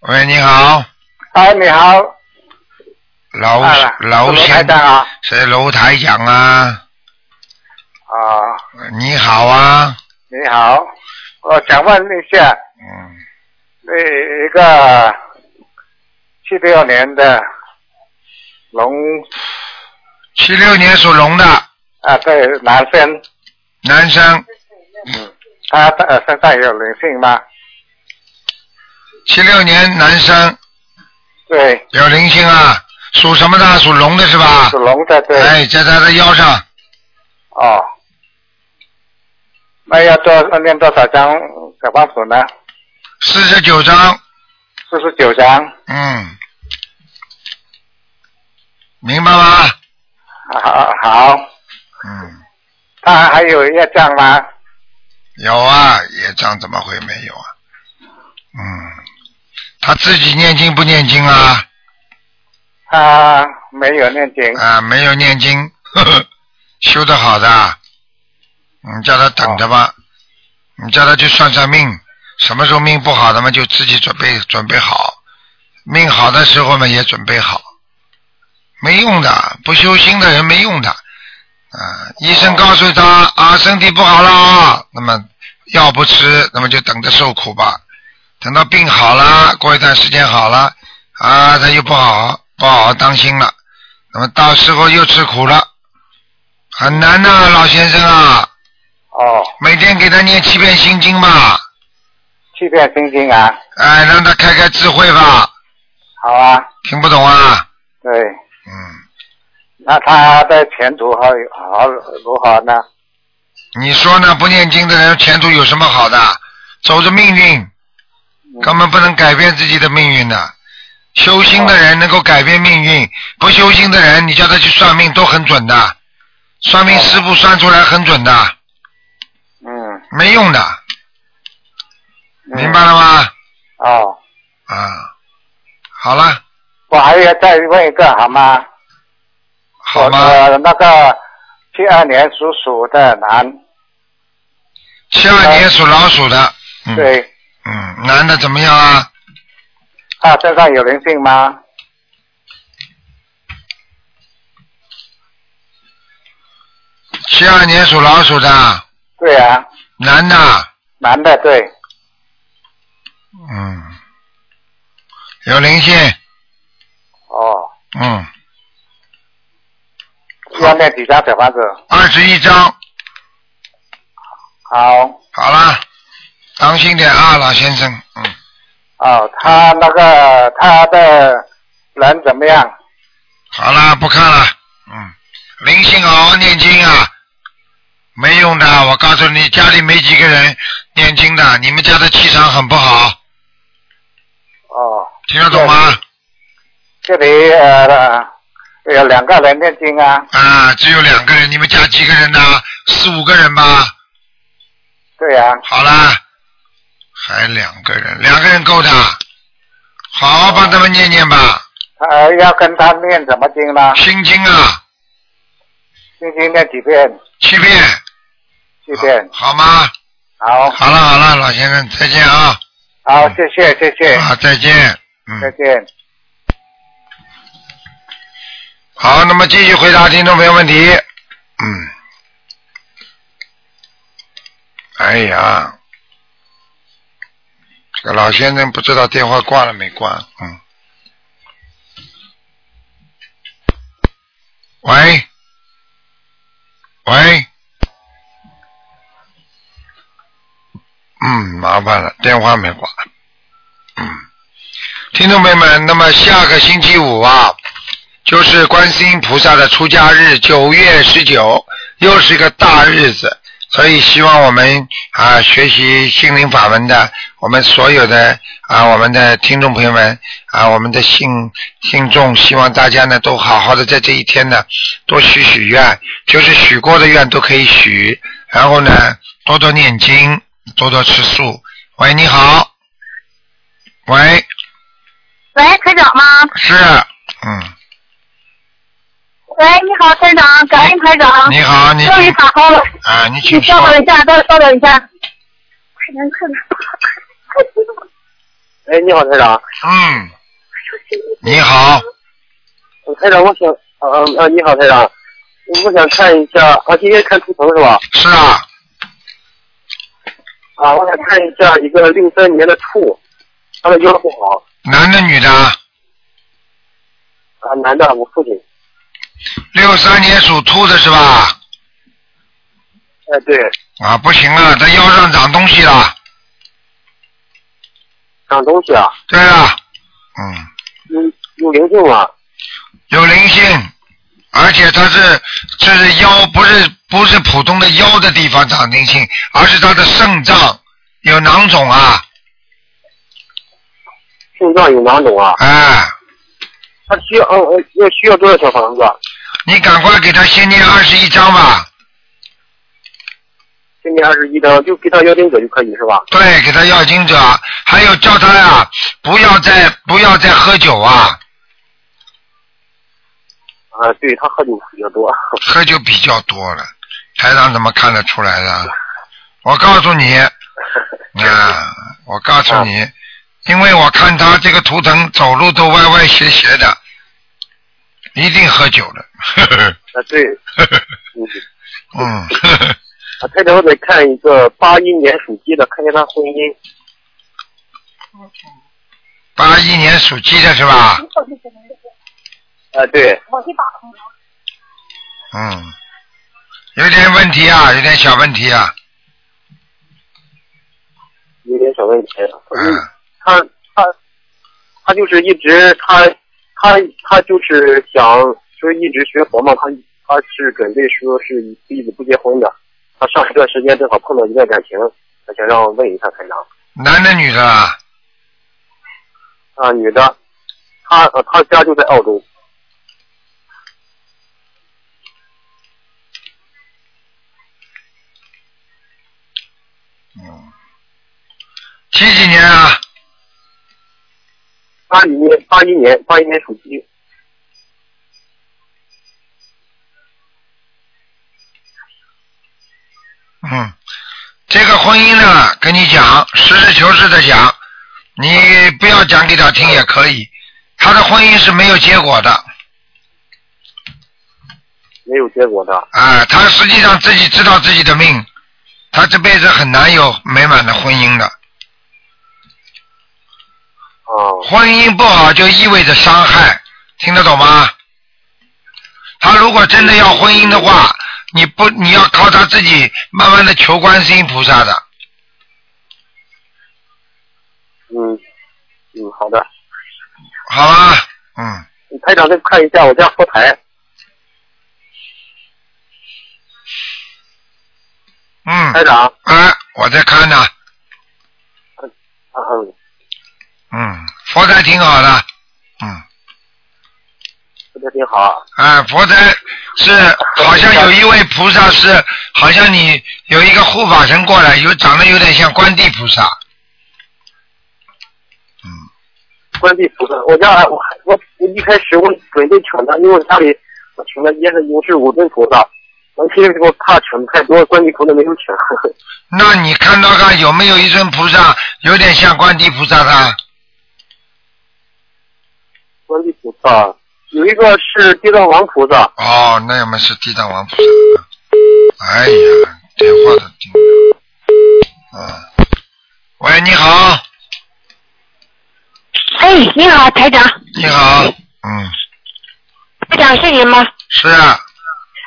[SPEAKER 1] 喂，你好，
[SPEAKER 5] 哎，你好，
[SPEAKER 1] 老
[SPEAKER 5] 啊是罗
[SPEAKER 1] 老
[SPEAKER 5] 台
[SPEAKER 1] 先
[SPEAKER 5] 长啊，
[SPEAKER 1] 谁楼台讲啊？
[SPEAKER 5] 啊，
[SPEAKER 1] 你好啊，
[SPEAKER 5] 你好，我想问一下，
[SPEAKER 1] 嗯，
[SPEAKER 5] 那一个七六年的龙
[SPEAKER 1] 七六年属龙的
[SPEAKER 5] 啊，对，男生，
[SPEAKER 1] 男生，
[SPEAKER 5] 嗯，他呃身上有灵性吗？
[SPEAKER 1] 七六年男生
[SPEAKER 5] 对，
[SPEAKER 1] 有灵性啊，属什么的？属龙的是吧
[SPEAKER 5] 嗯属？龙的，对，
[SPEAKER 1] 哎，在他的腰上，
[SPEAKER 5] 哦，那要多念多少张小方子呢？
[SPEAKER 1] 四十九张，
[SPEAKER 5] 四十九张，
[SPEAKER 1] 嗯，明白吗？
[SPEAKER 5] 好，啊好，
[SPEAKER 1] 嗯，
[SPEAKER 5] 他还有业障吗？
[SPEAKER 1] 有啊，业障怎么会没有啊？嗯，他自己念经不念经啊？
[SPEAKER 5] 他啊没有念经，
[SPEAKER 1] 啊，没有念经， 呵呵，修得好的，你叫他等着
[SPEAKER 5] 哦
[SPEAKER 1] 吧，你叫他去算算命，什么时候命不好的嘛，就自己准备准备好，命好的时候嘛也准备好，没用的，不修心的人没用的，啊，医
[SPEAKER 5] 哦
[SPEAKER 1] 生告诉他、啊身体不好了啊，那么药不吃，那么就等着受苦吧，等到病好了，过一段时间好了，啊他又不好不好好当心了。那么到时候又吃苦了，很难呐、老先生啊，
[SPEAKER 5] 哦，
[SPEAKER 1] 每天给他念七遍心经吧，
[SPEAKER 5] 去遍心经啊，
[SPEAKER 1] 哎，让他开开智慧吧，
[SPEAKER 5] 好啊，
[SPEAKER 1] 听不懂啊？
[SPEAKER 5] 对，
[SPEAKER 1] 嗯，
[SPEAKER 5] 那他的前途好好如何呢？
[SPEAKER 1] 你说呢？不念经的人前途有什么好的？走着命运，根本不能改变自己的命运的。修心的人能够改变命运，不修心的人，你叫他去算命都很准的，算命师傅算出来很准的，
[SPEAKER 5] 嗯，
[SPEAKER 1] 没用的，
[SPEAKER 5] 嗯
[SPEAKER 8] 嗯
[SPEAKER 9] 嗯
[SPEAKER 1] 明白了吗？
[SPEAKER 5] 哦，
[SPEAKER 1] 啊，好了，
[SPEAKER 5] 我
[SPEAKER 8] 还要再问一个好吗？
[SPEAKER 1] 好吗？
[SPEAKER 8] 呃，那个七二年属鼠的男，
[SPEAKER 1] 七二年属老鼠的，嗯
[SPEAKER 8] 对，
[SPEAKER 1] 嗯，男的怎么样啊？
[SPEAKER 8] 他身上有灵性吗？
[SPEAKER 1] 七二年属老鼠的，
[SPEAKER 8] 对啊，
[SPEAKER 1] 男的，
[SPEAKER 8] 男的对，
[SPEAKER 1] 嗯，有灵性，
[SPEAKER 8] 哦，
[SPEAKER 1] 嗯，
[SPEAKER 8] 要念几张小房子？
[SPEAKER 1] 二十一张，
[SPEAKER 8] 好，
[SPEAKER 1] 好了，当心点啊，老先生，嗯，
[SPEAKER 8] 哦，他那个他的人怎么样？
[SPEAKER 1] 好了，不看了，嗯，灵性好好念经啊，没用的，我告诉你，家里没几个人念经的，你们家的气场很不好，
[SPEAKER 8] 哦，
[SPEAKER 1] 听得懂吗？
[SPEAKER 8] 这里呃有两个人念经啊，
[SPEAKER 1] 啊，只有两个人，你们家几个人呢？四五个人吧。
[SPEAKER 8] 对啊，
[SPEAKER 1] 好啦，还两个人，两个人够的，好好帮他们念念吧，
[SPEAKER 8] 呃要跟他念什么经呢？
[SPEAKER 1] 心经啊，
[SPEAKER 8] 心经念几遍？
[SPEAKER 1] 七遍，
[SPEAKER 8] 七遍。
[SPEAKER 1] 好吗？
[SPEAKER 8] 好，
[SPEAKER 1] 好了好了，老先生，再见啊，
[SPEAKER 8] 好，谢谢，谢谢，
[SPEAKER 1] 啊，再见。嗯
[SPEAKER 8] 再见。
[SPEAKER 1] 好，那么继续回答听众朋友问题。嗯，哎呀，这个老先生不知道电话挂了没挂？嗯。喂，喂，嗯，麻烦了，电话没挂。嗯，听众朋友们，那么下个星期五啊，就是观世音菩萨的出家日，九月十九，又是一个大日子，所以希望我们啊学习心灵法门的，我们所有的啊我们的听众朋友们啊我们的信信众，希望大家呢都好好的在这一天呢多许许愿，就是许过的愿都可以许，然后呢多多念经，多多吃素。喂，你好，喂，
[SPEAKER 10] 喂，台长吗？
[SPEAKER 1] 是，嗯。
[SPEAKER 10] 喂，你好，台长，感恩台长。
[SPEAKER 1] 你好你
[SPEAKER 10] 终于打通了。
[SPEAKER 1] 啊，你
[SPEAKER 10] 你
[SPEAKER 1] 请说
[SPEAKER 10] 稍。等一下，稍稍等一下。快点，快点。
[SPEAKER 9] 哎，你好，台长。
[SPEAKER 1] 嗯。你好，
[SPEAKER 9] 台长，我想，呃呃，你好，台长，我想看一下，啊，今天看图腾是吧？
[SPEAKER 1] 是啊。
[SPEAKER 9] 啊，我想看一下一个六三年的兔，他的腰不好
[SPEAKER 1] 男的女的？
[SPEAKER 9] 啊，男的，我父亲。
[SPEAKER 1] 六三年属兔的是吧？
[SPEAKER 9] 哎，对，
[SPEAKER 1] 啊，不行啊，他腰上长东西了。
[SPEAKER 9] 长东西啊，
[SPEAKER 1] 对啊，
[SPEAKER 9] 有有灵性啊吗？
[SPEAKER 1] 有灵性，而且他是这是腰，不是不是普通的腰的地方长灵性，而是他的肾脏有囊肿啊。
[SPEAKER 9] 肾脏有囊肿啊？
[SPEAKER 1] 哎，
[SPEAKER 9] 他需要，呃呃，要需要多少小房子？啊
[SPEAKER 1] 你赶快给他先念二十一章吧。
[SPEAKER 9] 今年二十一张，就给他要丁者就可以是吧？
[SPEAKER 1] 对，给他要经者，还有叫他呀、不要再不要再喝酒啊，
[SPEAKER 9] 啊，对他喝酒比较多。啊
[SPEAKER 1] 喝酒比较多了，台长怎么看得出来的？我告诉你，啊，我告诉你，因为我看他这个图腾走路都歪歪斜斜的，一定喝酒了。呵呵
[SPEAKER 9] 啊，对，嗯，
[SPEAKER 1] 嗯， 呵呵
[SPEAKER 9] 啊，台长，我得看一个八一年属鸡的，看见他婚姻。
[SPEAKER 1] 八一年属鸡的是吧？
[SPEAKER 9] 啊，对。
[SPEAKER 1] 嗯，有点问题啊，有点小问题啊，
[SPEAKER 9] 有点小问题。
[SPEAKER 1] 嗯，
[SPEAKER 9] 他他他就是一直他他他就是想就是一直学佛嘛，他他是准备说是一辈子不结婚的。他上一段时间正好碰到一段感情，他想让我问一下台长
[SPEAKER 1] 男的女的啊？
[SPEAKER 9] 啊，女的，她呃她家就在澳洲，
[SPEAKER 1] 嗯，几几年啊？
[SPEAKER 9] 八零年八一年八一年属鸡，
[SPEAKER 1] 嗯，这个婚姻呢，跟你讲，实事求是的讲，你不要讲给他听也可以。他的婚姻是没有结果的
[SPEAKER 9] 没有结果的。
[SPEAKER 1] 啊，他实际上自己知道自己的命，他这辈子很难有美满的婚姻的。
[SPEAKER 9] 哦。
[SPEAKER 1] 婚姻不好就意味着伤害，听得懂吗？他如果真的要婚姻的话，你不你要靠他自己慢慢的求观世音菩萨的。
[SPEAKER 9] 嗯嗯，好的。
[SPEAKER 1] 好啊，嗯，
[SPEAKER 9] 你台长再看一下我家佛台，
[SPEAKER 1] 嗯，
[SPEAKER 9] 台长，
[SPEAKER 1] 哎，我在看呢，
[SPEAKER 9] 啊嗯，
[SPEAKER 1] 嗯，佛台挺好的，
[SPEAKER 9] 说的挺好啊，
[SPEAKER 1] 啊，佛台是
[SPEAKER 9] 嗯
[SPEAKER 1] 好像有一位菩萨是，好像你有一个护法神过来，有长得有点像观地菩萨，
[SPEAKER 9] 关闭菩萨，我家我还我我一开始我准备请的，因为我家里我请的也是有是五尊菩萨，完其实我怕请太多，关闭菩萨没有 请。
[SPEAKER 1] 那你看到看有没有一尊菩萨有点像观地菩萨的？
[SPEAKER 9] 观世菩萨，有一个啊是地藏王菩萨，
[SPEAKER 1] 哦，那我们是地藏王菩萨。哎呀，电话都叮了。啊，喂，你好，
[SPEAKER 11] 哎，你好，台长，
[SPEAKER 1] 你好，
[SPEAKER 11] 台长是您吗？
[SPEAKER 1] 是啊，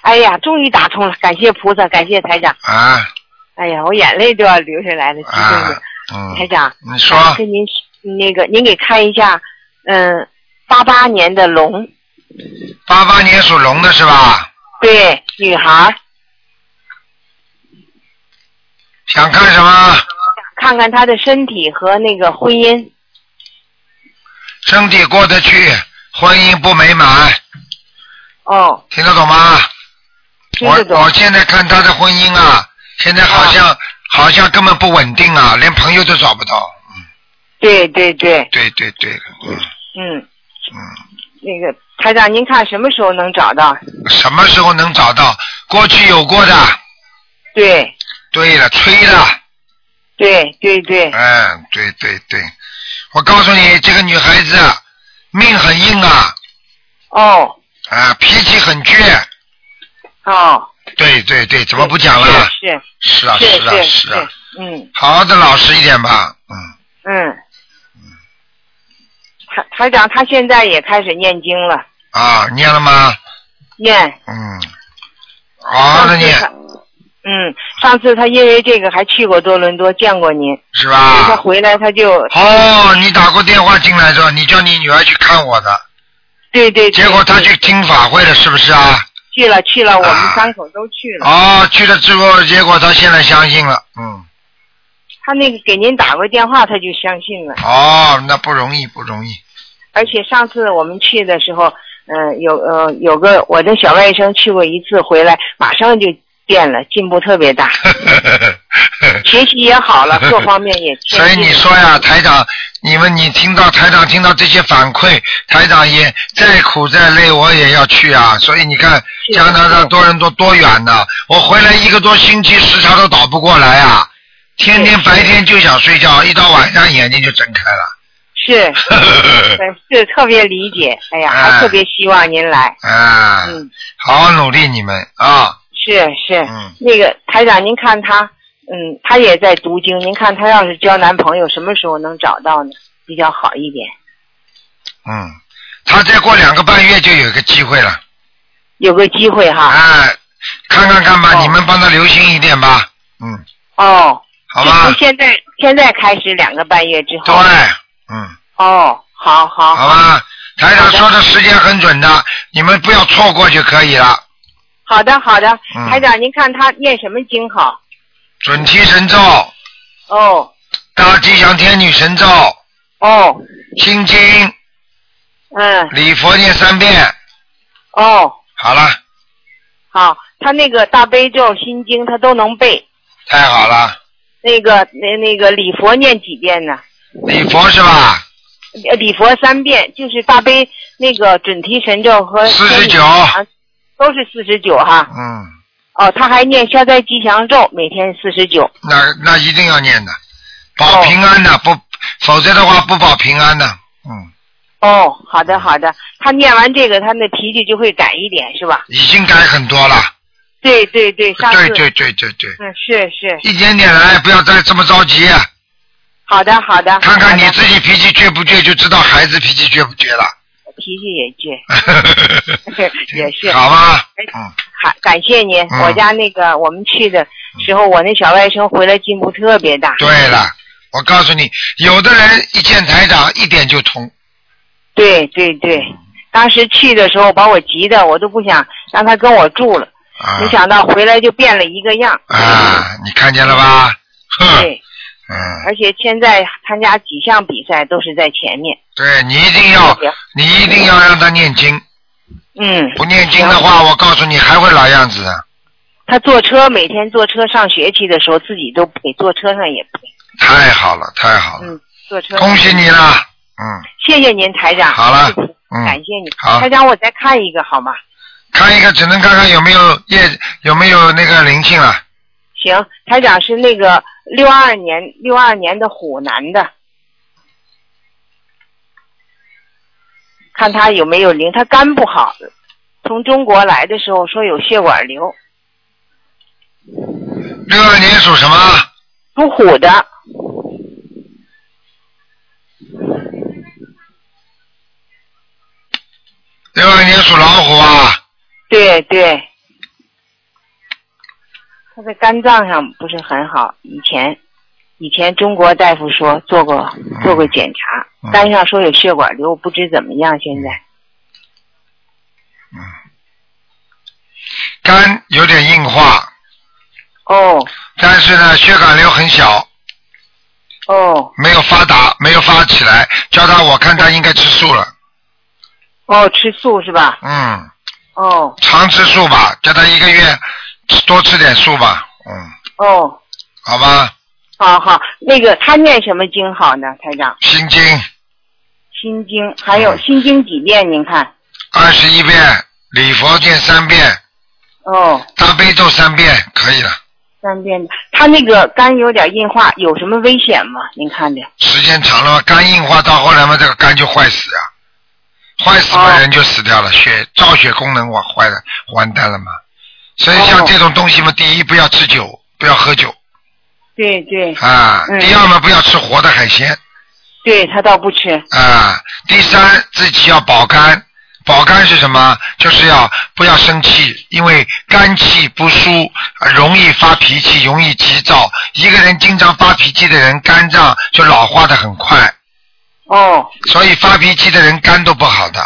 [SPEAKER 11] 哎呀，终于打通了，感谢菩萨，感谢台长。
[SPEAKER 1] 啊
[SPEAKER 11] 哎呀，我眼泪都要流下来了，激动的。
[SPEAKER 1] 啊，嗯，
[SPEAKER 11] 台长，
[SPEAKER 1] 你说
[SPEAKER 11] 我跟您那个，您给看一下，嗯，八八年的龙，
[SPEAKER 1] 八八年属龙的是吧？
[SPEAKER 11] 对，女孩儿，
[SPEAKER 1] 想看什么？
[SPEAKER 11] 看看她的身体和那个婚姻。
[SPEAKER 1] 身体过得去，婚姻不美满。
[SPEAKER 11] 哦。
[SPEAKER 1] 听得懂吗？
[SPEAKER 11] 听
[SPEAKER 1] 我
[SPEAKER 11] 得懂哦
[SPEAKER 1] 我现在看他的婚姻啊，现在好像、好像根本不稳定啊，连朋友都找不到。嗯
[SPEAKER 11] 对对对。
[SPEAKER 1] 对对对，
[SPEAKER 11] 嗯。嗯。那个台长，您看什么时候能找到？
[SPEAKER 1] 什么时候能找到？过去有过的。
[SPEAKER 11] 对。
[SPEAKER 1] 对了，吹的。
[SPEAKER 11] 对对对。
[SPEAKER 1] 嗯，对对对，我告诉你，这个女孩子命很硬啊。
[SPEAKER 11] 哦。
[SPEAKER 1] 啊，脾气很倔。
[SPEAKER 11] 哦。
[SPEAKER 1] 对对对，怎么不讲了？
[SPEAKER 11] 是
[SPEAKER 1] 是啊
[SPEAKER 11] 是
[SPEAKER 1] 是啊
[SPEAKER 11] 是
[SPEAKER 1] 是啊，
[SPEAKER 11] 嗯
[SPEAKER 1] 好好的老实一点吧。
[SPEAKER 11] 嗯。台台长，他现在也开始念经了，
[SPEAKER 1] 啊，念了吗？
[SPEAKER 11] 念。
[SPEAKER 1] 嗯，好好的念
[SPEAKER 11] 嗯，上次他因为这个还去过多伦多见过您，
[SPEAKER 1] 是
[SPEAKER 11] 他
[SPEAKER 1] 吧？
[SPEAKER 11] 回来他就
[SPEAKER 1] 哦，你打过电话进来说你叫你女儿去看我的，
[SPEAKER 11] 对对对
[SPEAKER 1] 结果她去听法会了，是不是啊？
[SPEAKER 11] 去了去了，我
[SPEAKER 1] 啊
[SPEAKER 11] 们三口都 去了。
[SPEAKER 1] 哦，去了之后，结果她现在相信了，嗯，
[SPEAKER 11] 他那个给您打过电话，他就相信了。
[SPEAKER 1] 哦，那不容易，不容易，
[SPEAKER 11] 而且上次我们去的时候，嗯、有呃有个我的小外甥去过一次，回来马上就变了，进步特 别大，学习也好了，各方 面也
[SPEAKER 1] 所以你说呀，台长，你们你听到台长听到这些反馈，台长也再苦再累我也要去啊。所以你看加拿大多伦多多远呢？我回来一个多星期时差都倒不过来啊，天天白天就想睡觉，一到晚上眼睛就睁开了。 哎
[SPEAKER 11] 是，呃是特别理解。哎呀，还特别希望您来。
[SPEAKER 1] 啊，
[SPEAKER 11] 嗯
[SPEAKER 1] 好好努力你们啊，
[SPEAKER 11] 是是，
[SPEAKER 1] 嗯
[SPEAKER 11] 那个台长，您看他，嗯，他也在读经。您看他要是交男朋友，什么时候能找到呢？比较好一点，
[SPEAKER 1] 嗯，他再过两个半月就有一个机会了，
[SPEAKER 11] 有个机哦会哈。
[SPEAKER 1] 啊，看看看吧，你们帮他留心一点吧，
[SPEAKER 11] 哦，
[SPEAKER 1] 好
[SPEAKER 11] 就
[SPEAKER 1] 吧
[SPEAKER 11] 从现在现在开始两个半月之后。对，
[SPEAKER 1] 嗯。
[SPEAKER 11] 哦，好好
[SPEAKER 1] 好吧？台长说的时间很准的，你们不要错过就可以了。
[SPEAKER 11] 好的好的，
[SPEAKER 1] 嗯
[SPEAKER 11] 台长，您看他念什么经好？
[SPEAKER 1] 准提神咒、
[SPEAKER 11] 哦
[SPEAKER 1] 大吉祥天女神咒、
[SPEAKER 11] 哦、
[SPEAKER 1] 心经、
[SPEAKER 11] 嗯
[SPEAKER 1] 礼佛念三遍。
[SPEAKER 11] 哦，
[SPEAKER 1] 好了，
[SPEAKER 11] 好，他那个大悲咒、心经他都能背。
[SPEAKER 1] 太好了，
[SPEAKER 11] 那个那那个礼佛念几遍呢？
[SPEAKER 1] 礼佛是吧？
[SPEAKER 11] 呃礼佛三遍，就是大悲那个准提神咒和
[SPEAKER 1] 49
[SPEAKER 11] 天女都是四十九哈。
[SPEAKER 1] 嗯，
[SPEAKER 11] 哦，他还念消灾吉祥咒，每天四十九。
[SPEAKER 1] 那那一定要念的，保
[SPEAKER 11] 哦
[SPEAKER 1] 平安的，不，否则的话不保平安的。嗯，
[SPEAKER 11] 哦，好的好的，他念完这个，他那脾气就会改一点，是吧？
[SPEAKER 1] 已经改很多了。
[SPEAKER 11] 对对对，上次
[SPEAKER 1] 对对对对对，
[SPEAKER 11] 嗯是是，
[SPEAKER 1] 一点点来，不要再这么着急。啊
[SPEAKER 11] 好的好的，
[SPEAKER 1] 看看你
[SPEAKER 11] 好的
[SPEAKER 1] 自己脾气倔不倔，就知道孩子脾气倔不倔了。
[SPEAKER 11] 脾气也 倔，
[SPEAKER 1] 也
[SPEAKER 11] 是
[SPEAKER 1] 好吧？
[SPEAKER 11] 感感谢您，
[SPEAKER 1] 嗯
[SPEAKER 11] 我家那个我们去的时候，我那小外甥回来进步特别大。
[SPEAKER 1] 对了，我告诉你，有的人一见台长一点就通，
[SPEAKER 11] 对对对，当时去的时候把我急的，我都不想让他跟我住了。
[SPEAKER 1] 啊
[SPEAKER 11] 没想到回来就变了一个样，
[SPEAKER 1] 啊，你看见了吧？
[SPEAKER 11] 对，
[SPEAKER 1] 嗯，
[SPEAKER 11] 而且现在参加几项比赛都是在前面。
[SPEAKER 1] 对你一定要，你一定要让他念经，
[SPEAKER 11] 嗯，
[SPEAKER 1] 不念经的话，我告诉你还会老样子的。
[SPEAKER 11] 他坐车每天坐车上学去的时候，自己都背，坐车上也背，
[SPEAKER 1] 太好了，太好了，
[SPEAKER 11] 坐车。
[SPEAKER 1] 恭喜你了，嗯，
[SPEAKER 11] 谢谢您，台长。
[SPEAKER 1] 好了
[SPEAKER 11] 谢谢，
[SPEAKER 1] 嗯，
[SPEAKER 11] 感谢你。
[SPEAKER 1] 好
[SPEAKER 11] 台长，我再看一个好吗？
[SPEAKER 1] 看一个只能看看有没有业有没有那个灵性了。
[SPEAKER 11] 行，台长是那个六二年六二年的虎男的，看他有没有灵，他肝不好，从中国来的时候说有血管瘤，
[SPEAKER 1] 六二年属什么？
[SPEAKER 11] 属虎的，
[SPEAKER 1] 六二年属老虎啊，
[SPEAKER 11] 对对，他的肝脏上不是很好，以前以前中国大夫说做过做过检查，肝上说有血管瘤，不知怎么样现在。
[SPEAKER 1] 肝有点硬化。
[SPEAKER 11] 哦。
[SPEAKER 1] 但是呢，血管瘤很小。
[SPEAKER 11] 哦。
[SPEAKER 1] 没有发达，没有发起来。叫他，我看他应该吃素了。
[SPEAKER 11] 哦，吃素是吧？
[SPEAKER 1] 嗯，
[SPEAKER 11] 哦
[SPEAKER 1] 常吃素吧，叫他一个月多吃点素吧。嗯，
[SPEAKER 11] 哦，
[SPEAKER 1] 好吧，
[SPEAKER 11] 好好，那个他念什么经好呢，台长？
[SPEAKER 1] 心经
[SPEAKER 11] 心经，还
[SPEAKER 1] 嗯
[SPEAKER 11] 有心经几遍？您看，
[SPEAKER 1] 二十一遍，礼佛念三遍，
[SPEAKER 11] 哦，
[SPEAKER 1] 大悲咒三遍，可以了。
[SPEAKER 11] 三遍。他那个肝有点硬化，有什么危险吗？您看着。
[SPEAKER 1] 时间长了嘛，肝硬化到后来嘛，这个肝就坏死啊，坏死嘛，人就死掉了，血造血功能往坏了，完蛋了嘛。所以像这种东西嘛，第一不要吃酒，不要喝酒
[SPEAKER 11] 对对。
[SPEAKER 1] 啊；
[SPEAKER 11] 嗯
[SPEAKER 1] 第二嘛，不要吃活的海鲜
[SPEAKER 11] 对他倒不吃。
[SPEAKER 1] 啊；第三，自己要保肝。保肝是什么？就是要不要生气，因为肝气不舒，呃容易发脾气，容易急躁。一个人经常发脾气的人，肝脏就老化的很快。
[SPEAKER 11] 哦，
[SPEAKER 1] 所以发脾气的人肝都不好的，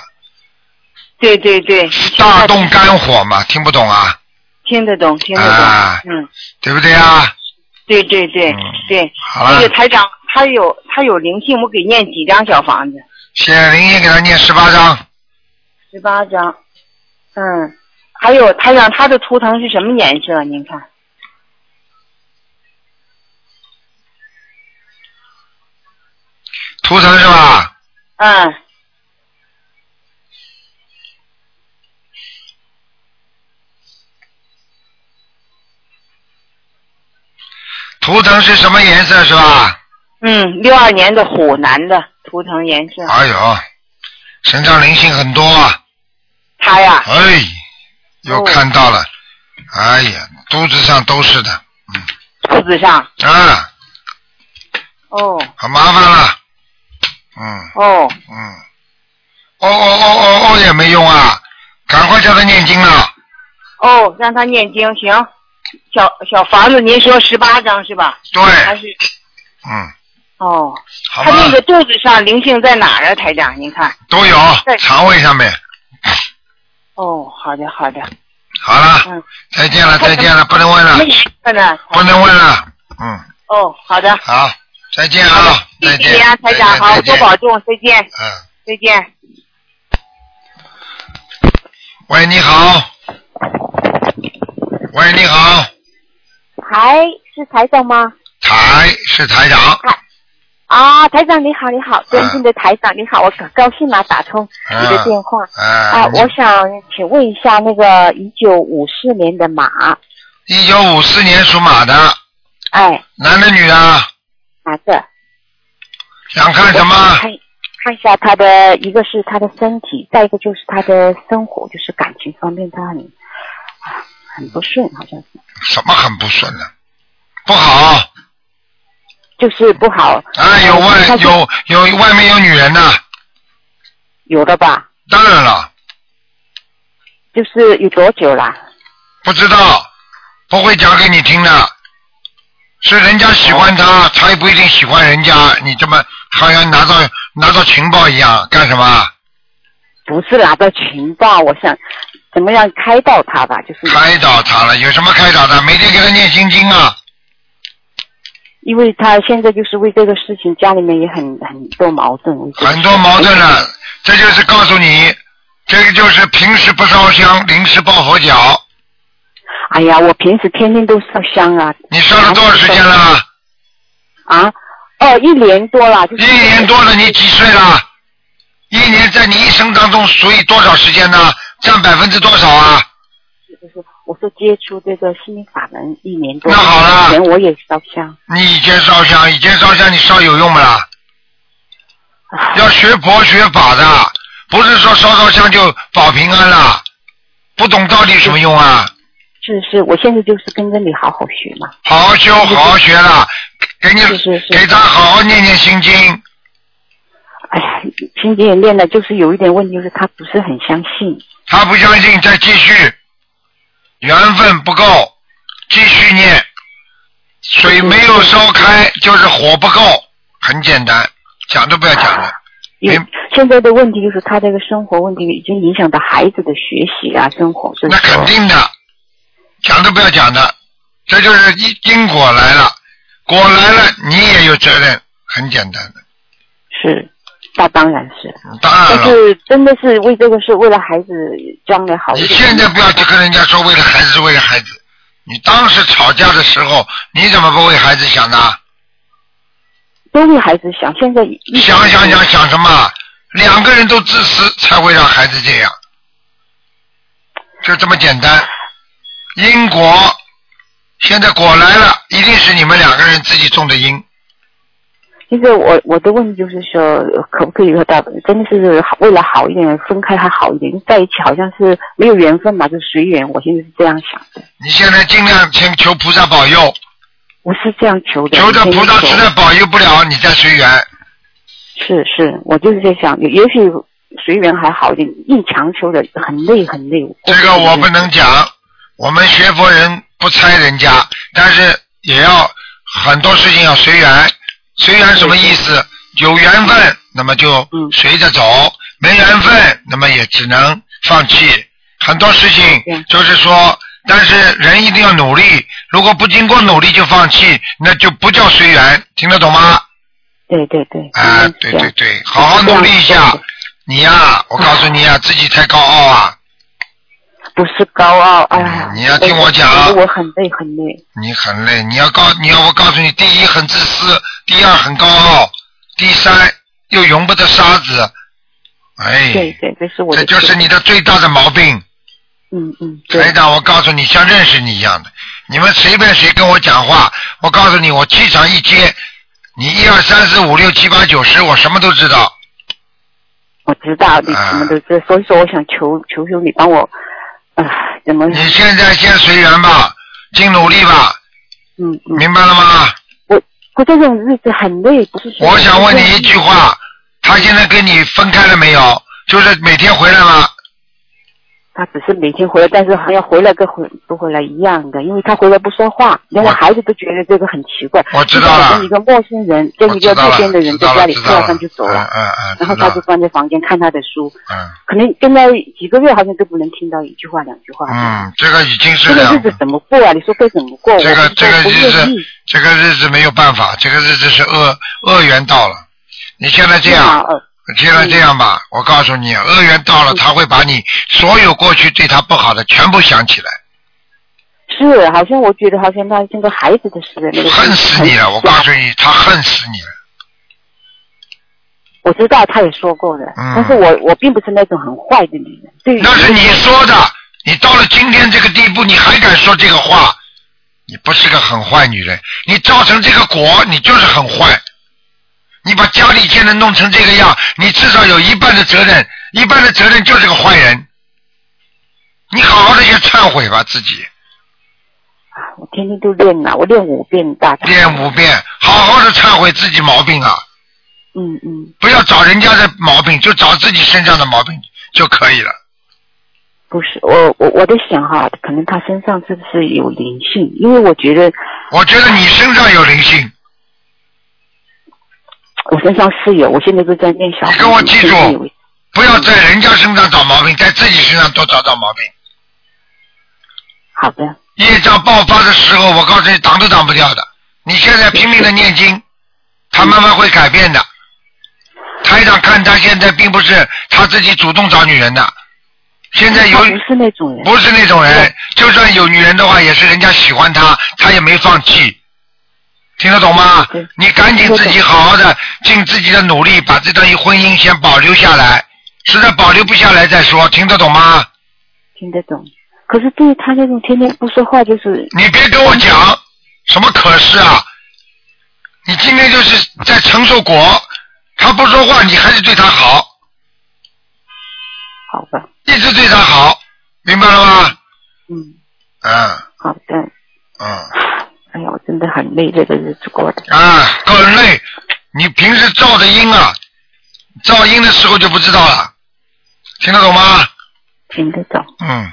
[SPEAKER 11] 对对对。
[SPEAKER 1] 大动肝火嘛，听不懂啊？
[SPEAKER 11] 听得懂，听得懂。
[SPEAKER 1] 啊
[SPEAKER 11] 嗯，
[SPEAKER 1] 对不对啊？
[SPEAKER 11] 对对对、对。
[SPEAKER 1] 好了
[SPEAKER 11] 那个台长，他有他有灵性，我给念几张小房子？
[SPEAKER 1] 写灵性给他念十八章，
[SPEAKER 11] 十八张。嗯，还有台长，他的图腾是什么颜色？您看。
[SPEAKER 1] 图腾是吧？
[SPEAKER 11] 嗯，
[SPEAKER 1] 图腾是什么颜色是吧？
[SPEAKER 11] 嗯，六二年的虎男的图腾颜色，
[SPEAKER 1] 哎呦，身上灵性很多啊！
[SPEAKER 11] 他呀，
[SPEAKER 1] 哎，又看到了，哎呀，肚子上都是的
[SPEAKER 11] 肚子上，
[SPEAKER 1] 啊，
[SPEAKER 11] 哦
[SPEAKER 1] 很麻烦了。嗯
[SPEAKER 11] 哦
[SPEAKER 1] 嗯，哦哦哦哦哦也没用啊，赶快叫他念经了。
[SPEAKER 11] 哦，让他念经行。小小房子，您说十八张是吧？
[SPEAKER 1] 对。
[SPEAKER 11] 还是
[SPEAKER 1] 嗯，
[SPEAKER 11] 哦，
[SPEAKER 1] 好
[SPEAKER 11] 他
[SPEAKER 1] 吧，
[SPEAKER 11] 那个肚子上灵性在哪儿啊，台长？您看。
[SPEAKER 1] 都有
[SPEAKER 11] 在
[SPEAKER 1] 肠胃上面。
[SPEAKER 11] 哦，好的好的。
[SPEAKER 1] 好了，
[SPEAKER 11] 嗯。
[SPEAKER 1] 再见了，
[SPEAKER 11] 他
[SPEAKER 1] 再见了，不能问了
[SPEAKER 11] 什么，颜色呢？
[SPEAKER 1] 不能问了。嗯，
[SPEAKER 11] 哦，好的。
[SPEAKER 1] 好，再见啊，
[SPEAKER 11] 谢
[SPEAKER 1] 再
[SPEAKER 11] 谢
[SPEAKER 1] 见
[SPEAKER 11] 您啊，，台长，
[SPEAKER 1] 再见
[SPEAKER 11] 好，
[SPEAKER 1] 再
[SPEAKER 11] 多
[SPEAKER 1] 见
[SPEAKER 11] 保重，再见，
[SPEAKER 1] 嗯，
[SPEAKER 11] 再见。
[SPEAKER 1] 喂，你好。喂，你好，
[SPEAKER 12] 台是台长吗？
[SPEAKER 1] 台是台长。
[SPEAKER 12] 啊，台长你好，你好，尊敬的台长你好，我很高兴啊打通
[SPEAKER 10] 啊
[SPEAKER 12] 你的电话
[SPEAKER 1] 啊
[SPEAKER 12] 我想请问一下那个一九五四年的马，
[SPEAKER 1] 一九五四年属马的，
[SPEAKER 12] 哎，
[SPEAKER 1] 男的女的？
[SPEAKER 12] 哪个？
[SPEAKER 1] 想看什么？
[SPEAKER 12] 看看一下他的，一个是他的身体，再一个就是他的生活，就是感情方面他很很不顺，好像是，
[SPEAKER 1] 什么很不顺呢、不好
[SPEAKER 12] 就是不好。嗯
[SPEAKER 1] 啊，有外有有外面有女人呐、
[SPEAKER 12] 有的吧？
[SPEAKER 1] 当然了，
[SPEAKER 12] 就是有多久啦？
[SPEAKER 1] 不知道，不会讲给你听的。是人家喜欢他，他也不一定喜欢人家。你这么好像拿到拿到情报一样，干什么？
[SPEAKER 12] 不是拿到情报，我想怎么样开导他吧，就是
[SPEAKER 1] 开导他了，有什么开导的？每天给他念心经啊。
[SPEAKER 12] 因为他现在就是为这个事情，家里面也很很多矛盾，为这个
[SPEAKER 1] 很多矛盾了，这就是告诉你，这个就是平时不烧香，临时抱佛脚。
[SPEAKER 12] 哎呀，我平时天天都烧香啊。
[SPEAKER 1] 你烧了多少时间了？
[SPEAKER 12] 啊，哦，一年多了，就是
[SPEAKER 1] 一年多了，你几岁了？一年在你一生当中属于多少时间呢？占百分之多少啊？
[SPEAKER 12] 我是接触这个心灵法门一年多。
[SPEAKER 1] 那好
[SPEAKER 12] 了，以前我也烧香，
[SPEAKER 1] 你以前烧香，以前烧香你烧有用不啦？要学佛学法的，不是说烧烧香就保平安啦。不懂道理什么用啊？
[SPEAKER 12] 是是，我现在就是跟着你好好学嘛。
[SPEAKER 1] 好好修，好好学啦，给你给他好好念念心经。
[SPEAKER 12] 哎呀，心经也练了，就是有一点问题，就是他不是很相信。
[SPEAKER 1] 他不相信，再继续，缘分不够，继续念。水没有烧开，就是火不够，很简单，讲都不要讲了。
[SPEAKER 12] 也现在的问题就是他这个生活问题已经影响到孩子的学习啊，生活。就是
[SPEAKER 1] 那肯定的，讲都不要讲的，这就是因因果来了，果来了你也有责任，很简单的。
[SPEAKER 12] 是，那当然是。
[SPEAKER 1] 当然了
[SPEAKER 12] 但是真的是为这个是为了孩子将来好一
[SPEAKER 1] 你
[SPEAKER 12] 点。
[SPEAKER 1] 现在不要去跟人家说为了孩子是为了孩子，你当时吵架的时候你怎么不为孩子想呢？
[SPEAKER 12] 都为孩子想，现在一
[SPEAKER 1] 想想想想什么？两个人都自私，才会让孩子这样，就这么简单。因果，现在果来了，一定是你们两个人自己种的因。
[SPEAKER 12] 其实我我的问题就是说，呃可不可以和他真的是好为了好一点分开还好一点，在一起好像是没有缘分嘛，就随缘。我现在是这样想的，
[SPEAKER 1] 你现在尽量先求菩萨保佑，
[SPEAKER 12] 我是这样求的。
[SPEAKER 1] 求着
[SPEAKER 12] 我现
[SPEAKER 1] 菩
[SPEAKER 12] 在
[SPEAKER 1] 萨
[SPEAKER 12] 求
[SPEAKER 1] 实在保佑不了，你再随缘。
[SPEAKER 12] 是是，我就是在想，也也许随缘还好一点，硬强求的很累很累。
[SPEAKER 1] 这个我不能讲，我们学佛人不猜人家，但是也要很多事情要随缘。随缘什么意思？有缘分，那么就
[SPEAKER 12] 嗯
[SPEAKER 1] 随着走；没缘分，那么也只能放弃。很多事情就是说，但是人一定要努力。如果不经过努力就放弃，那就不叫随缘，听得懂吗？
[SPEAKER 12] 对对对，
[SPEAKER 1] 啊，对对对，好好努力一下。你呀、我告诉你 呀、自己太高傲啊！嗯
[SPEAKER 12] 不是高傲，哎呀，
[SPEAKER 1] 你要听我讲
[SPEAKER 12] 我觉得我很累很累。
[SPEAKER 1] 你很累，你要告，你要我告诉你，第一很自私，第二很高傲，第三又容不得沙子。哎，
[SPEAKER 12] 对对，这是我的
[SPEAKER 1] 这就是你的最大的毛病。
[SPEAKER 12] 嗯嗯，
[SPEAKER 1] 台长，我告诉你，像认识你一样的，你们随便谁跟我讲话，我告诉你，我气场一接，你一二三四五六七八九十，我什么都知道。
[SPEAKER 12] 我知道你
[SPEAKER 1] 啊
[SPEAKER 12] 什么都知道，所以说我想求求求你帮我，啊、怎么？
[SPEAKER 1] 你现在先随缘吧，尽努力吧。
[SPEAKER 12] 嗯，
[SPEAKER 1] 明白了吗？
[SPEAKER 12] 过这种日子很累，不是？
[SPEAKER 1] 我想问你一句话，他现在跟你分开了没有？就是每天回来吗？
[SPEAKER 12] 他只是每天回来，但是好像回来跟回不回来一样的，因为他回来不说话，连我孩子都觉得这个很奇怪。
[SPEAKER 1] 我知道了
[SPEAKER 12] 就像跟一个陌生人，跟一个路边的人在家里吃
[SPEAKER 1] 知道
[SPEAKER 12] 了
[SPEAKER 1] 了
[SPEAKER 12] 饭就走了，
[SPEAKER 1] 嗯嗯嗯，
[SPEAKER 12] 然后
[SPEAKER 1] 知道
[SPEAKER 12] 他就关在房间看他的书，
[SPEAKER 1] 嗯
[SPEAKER 12] 可能跟他几个月好像都不能听到一句话两句话。
[SPEAKER 1] 嗯，这个已经是
[SPEAKER 12] 这个
[SPEAKER 1] 两
[SPEAKER 12] 日子怎么过啊？你说该怎么过？
[SPEAKER 1] 这
[SPEAKER 12] 我
[SPEAKER 1] 个
[SPEAKER 12] 不
[SPEAKER 1] 这个
[SPEAKER 12] 我不
[SPEAKER 1] 日
[SPEAKER 12] 愿
[SPEAKER 1] 子
[SPEAKER 12] 意。，
[SPEAKER 1] 这个日子没有办法，这个日子是恶恶缘到了。你现在这样，现在这样吧，我告诉你，恶缘到
[SPEAKER 12] 嗯
[SPEAKER 1] 了，他会把你所有过去对他不好的全部想起来，
[SPEAKER 12] 是，好像我觉得好像他这个孩子的事，那个
[SPEAKER 1] 恨死你了！我告诉你，他恨死你了。
[SPEAKER 12] 我知道他也说过的，
[SPEAKER 1] 嗯
[SPEAKER 12] 但是我我并不是那种很坏的女人，对于
[SPEAKER 1] 那是你说的，你到了今天这个地步，你还敢说这个话？你不是个很坏女人，你造成这个果，你就是很坏。你把家里现在弄成这个样，你至少有一半的责任，一半的责任就是个坏人。你好好的去忏悔吧，自己
[SPEAKER 12] 我天天都练呐，我练五遍大忏，
[SPEAKER 1] 练五遍，好好的忏悔自己毛病啊，
[SPEAKER 12] 嗯嗯，
[SPEAKER 1] 不要找人家的毛病，就找自己身上的毛病就可以了。
[SPEAKER 12] 不是我我我在想哈，可能他身上是不是有灵性？因为我觉得
[SPEAKER 1] 我觉得你身上有灵性，
[SPEAKER 12] 我身上是有，我现在都在练小。
[SPEAKER 1] 你跟我记住，不要在人家身上找毛病，在自己身上多找找毛病。
[SPEAKER 12] 好的。
[SPEAKER 1] 业障爆发的时候，我告诉你，挡都挡不掉的。你现在拼命的念经，他慢慢会改变的。台长看他现在并不是他自己主动找女人的，现在有
[SPEAKER 12] 他哦不是那种人，
[SPEAKER 1] 不是那种人，就算有女人的话，也是人家喜欢他，他也没放弃。听得懂吗？你赶紧自己好好的尽自己的努力，把这段婚姻先保留下来，实在保留不下来再说。听得懂吗？
[SPEAKER 12] 听得懂。可是对于他那种天天不说话，就是
[SPEAKER 1] 你别跟我讲什么可是啊！你今天就是在承受果，他不说话，你还是对他好。
[SPEAKER 12] 好吧。
[SPEAKER 1] 一直对他好，明白了吗？
[SPEAKER 12] 嗯。
[SPEAKER 1] 嗯。
[SPEAKER 12] 好的。
[SPEAKER 1] 嗯。
[SPEAKER 12] 哎呀，我真的很累，这个日子过的。
[SPEAKER 1] 啊，很累。你平时噪的音啊，噪音的时候就不知道了，听得懂吗？
[SPEAKER 12] 听得懂。
[SPEAKER 1] 嗯，